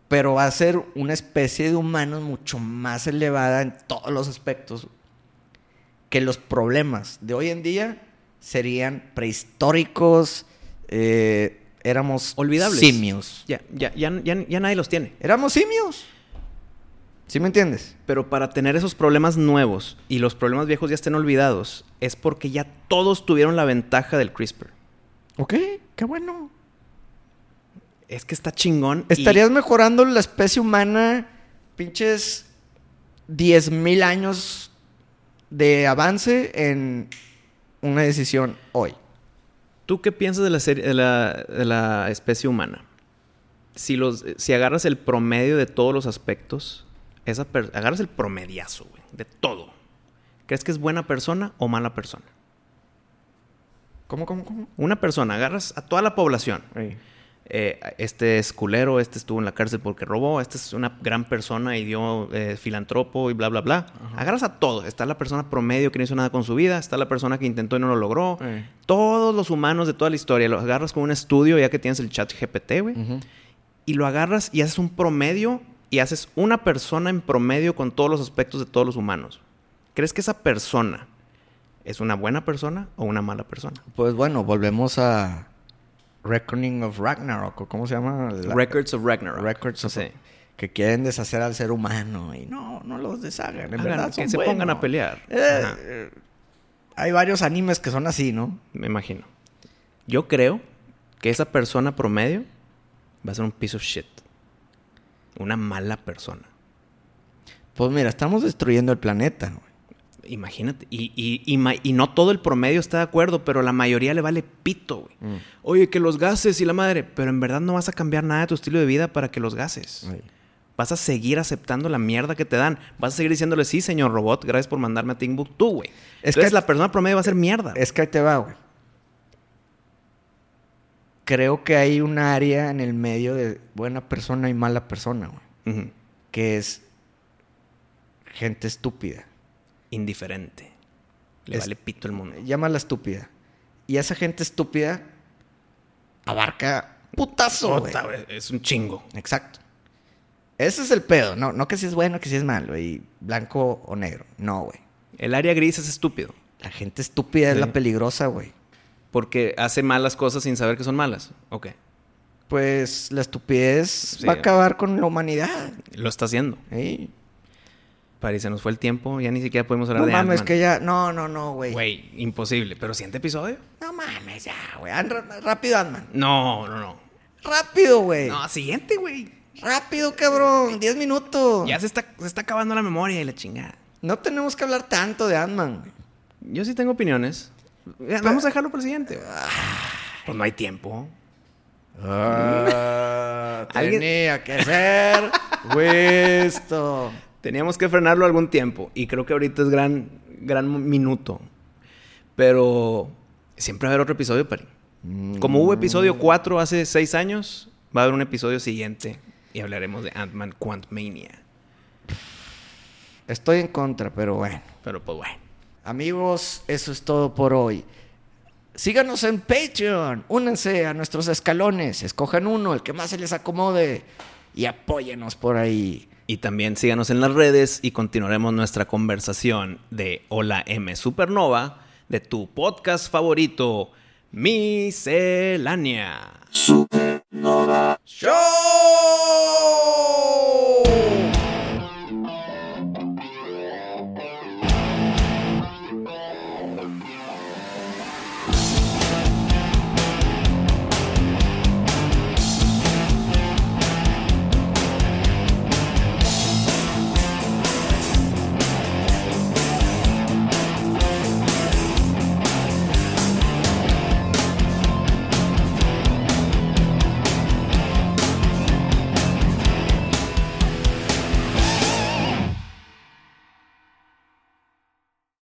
[SPEAKER 1] pero va a ser una especie de humanos mucho más elevada en todos los aspectos que los problemas de hoy en día serían prehistóricos, eh, éramos
[SPEAKER 3] Olvidables.
[SPEAKER 1] simios.
[SPEAKER 3] Ya, ya, ya, ya, ya nadie los tiene.
[SPEAKER 1] Éramos simios. ¿Sí me entiendes?
[SPEAKER 3] Pero para tener esos problemas nuevos y los problemas viejos ya estén olvidados, es porque ya todos tuvieron la ventaja del CRISPR.
[SPEAKER 1] Ok, qué bueno.
[SPEAKER 3] Es que está chingón. y-
[SPEAKER 1] Estarías mejorando la especie humana pinches 10.000 años de avance en una decisión hoy.
[SPEAKER 3] ¿Tú qué piensas de la, serie- de la, de la especie humana? Si, los, si agarras el promedio de todos los aspectos, esa per- agarras el promediazo, güey, de todo. ¿Crees que es buena persona o mala persona?
[SPEAKER 1] ¿Cómo, cómo, cómo?
[SPEAKER 3] Una persona, agarras a toda la población. Eh, este es culero, este estuvo en la cárcel porque robó, este es una gran persona y dio eh, filantropo y bla, bla, bla. Agarras a todo. Está la persona promedio que no hizo nada con su vida, está la persona que intentó y no lo logró.
[SPEAKER 1] Eh.
[SPEAKER 3] Todos los humanos de toda la historia los agarras con un estudio ya que tienes el chat GPT, güey.
[SPEAKER 1] Mm.
[SPEAKER 3] Y lo agarras y haces un promedio y haces una persona en promedio con todos los aspectos de todos los humanos. ¿Crees que esa persona es una buena persona o una mala persona?
[SPEAKER 1] Pues bueno, volvemos a Reckoning of Ragnarok, ¿o ¿cómo se llama? La-
[SPEAKER 3] Records of Ragnarok.
[SPEAKER 1] Records of-
[SPEAKER 3] Sí.
[SPEAKER 1] Que quieren deshacer al ser humano y no, no los deshagan. En
[SPEAKER 3] Hagan
[SPEAKER 1] verdad,
[SPEAKER 3] que
[SPEAKER 1] son
[SPEAKER 3] se pongan
[SPEAKER 1] buenos.
[SPEAKER 3] a pelear.
[SPEAKER 1] Eh,
[SPEAKER 3] Ajá,
[SPEAKER 1] eh, hay varios animes que son así, ¿no?
[SPEAKER 3] me imagino. Yo creo que esa persona promedio va a ser un piece of shit. Una mala persona.
[SPEAKER 1] Pues mira, estamos destruyendo el planeta. güey.
[SPEAKER 3] Imagínate. Y, y- y ma- y no todo el promedio está de acuerdo, pero la mayoría le vale pito, güey. Oye, que los gases y la madre. Pero en verdad no vas a cambiar nada de tu estilo de vida para que los gases. Vas a seguir aceptando la mierda que te dan. Vas a seguir diciéndole, sí, señor robot, gracias por mandarme a Timbuktu, güey.
[SPEAKER 1] Es
[SPEAKER 3] Es
[SPEAKER 1] que-
[SPEAKER 3] que la persona promedio va a ser mierda.
[SPEAKER 1] Es que ahí te va, güey. Creo que hay un área en el medio de buena persona y mala persona, güey.
[SPEAKER 3] Ujú.
[SPEAKER 1] Que es gente estúpida.
[SPEAKER 3] indiferente. Le
[SPEAKER 1] Es-
[SPEAKER 3] vale pito el mundo.
[SPEAKER 1] Llámala estúpida. Y esa gente estúpida abarca putazo, güey.
[SPEAKER 3] Puta, güey, es un chingo.
[SPEAKER 1] Exacto. Ese es el pedo. No, no que si es bueno, que si es malo. Y blanco o negro. No, güey.
[SPEAKER 3] El área gris es estúpido.
[SPEAKER 1] La gente estúpida es
[SPEAKER 3] Sí.
[SPEAKER 1] la peligrosa, güey.
[SPEAKER 3] Porque hace malas cosas sin saber que son malas. Ok.
[SPEAKER 1] Pues la estupidez
[SPEAKER 3] Sí.
[SPEAKER 1] va a acabar con la humanidad. ¿eh?
[SPEAKER 3] Lo está haciendo.
[SPEAKER 1] ¿sí?
[SPEAKER 3] París, se nos fue el tiempo. Ya ni siquiera pudimos hablar
[SPEAKER 1] No
[SPEAKER 3] de
[SPEAKER 1] mames,
[SPEAKER 3] Ant-Man.
[SPEAKER 1] que ya. No, no, no, güey.
[SPEAKER 3] Güey, imposible. ¿Pero siguiente episodio?
[SPEAKER 1] No mames, ya, güey. An- ra- Rápido, Ant-Man.
[SPEAKER 3] No, no, no.
[SPEAKER 1] Rápido, güey.
[SPEAKER 3] No, siguiente, güey.
[SPEAKER 1] Rápido, cabrón. Diez minutos.
[SPEAKER 3] Ya se está, se está acabando la memoria y la chingada.
[SPEAKER 1] No tenemos que hablar tanto de Ant-Man. güey.
[SPEAKER 3] Yo sí tengo opiniones. Ya, Vamos a dejarlo para el siguiente. güey. Pues no hay tiempo. ¿Alguien-
[SPEAKER 1] tenía que ser Wisto.
[SPEAKER 3] Teníamos que frenarlo algún tiempo y creo que ahorita es gran, gran minuto. Pero siempre va a haber otro episodio, Pari.
[SPEAKER 1] Mm,
[SPEAKER 3] Como hubo episodio 4 hace 6 años, va a haber un episodio siguiente y hablaremos de Ant-Man Quantmania.
[SPEAKER 1] Estoy en contra, pero bueno.
[SPEAKER 3] Pero pues bueno.
[SPEAKER 1] Amigos, eso es todo por hoy. Síganos en Patreon, únanse a nuestros escalones, escojan uno, el que más se les acomode y apóyenos por ahí.
[SPEAKER 3] Y también síganos en las redes y continuaremos nuestra conversación de Hola M Supernova, de tu podcast favorito, Miscelánea.
[SPEAKER 2] Supernova.
[SPEAKER 1] ¡Show!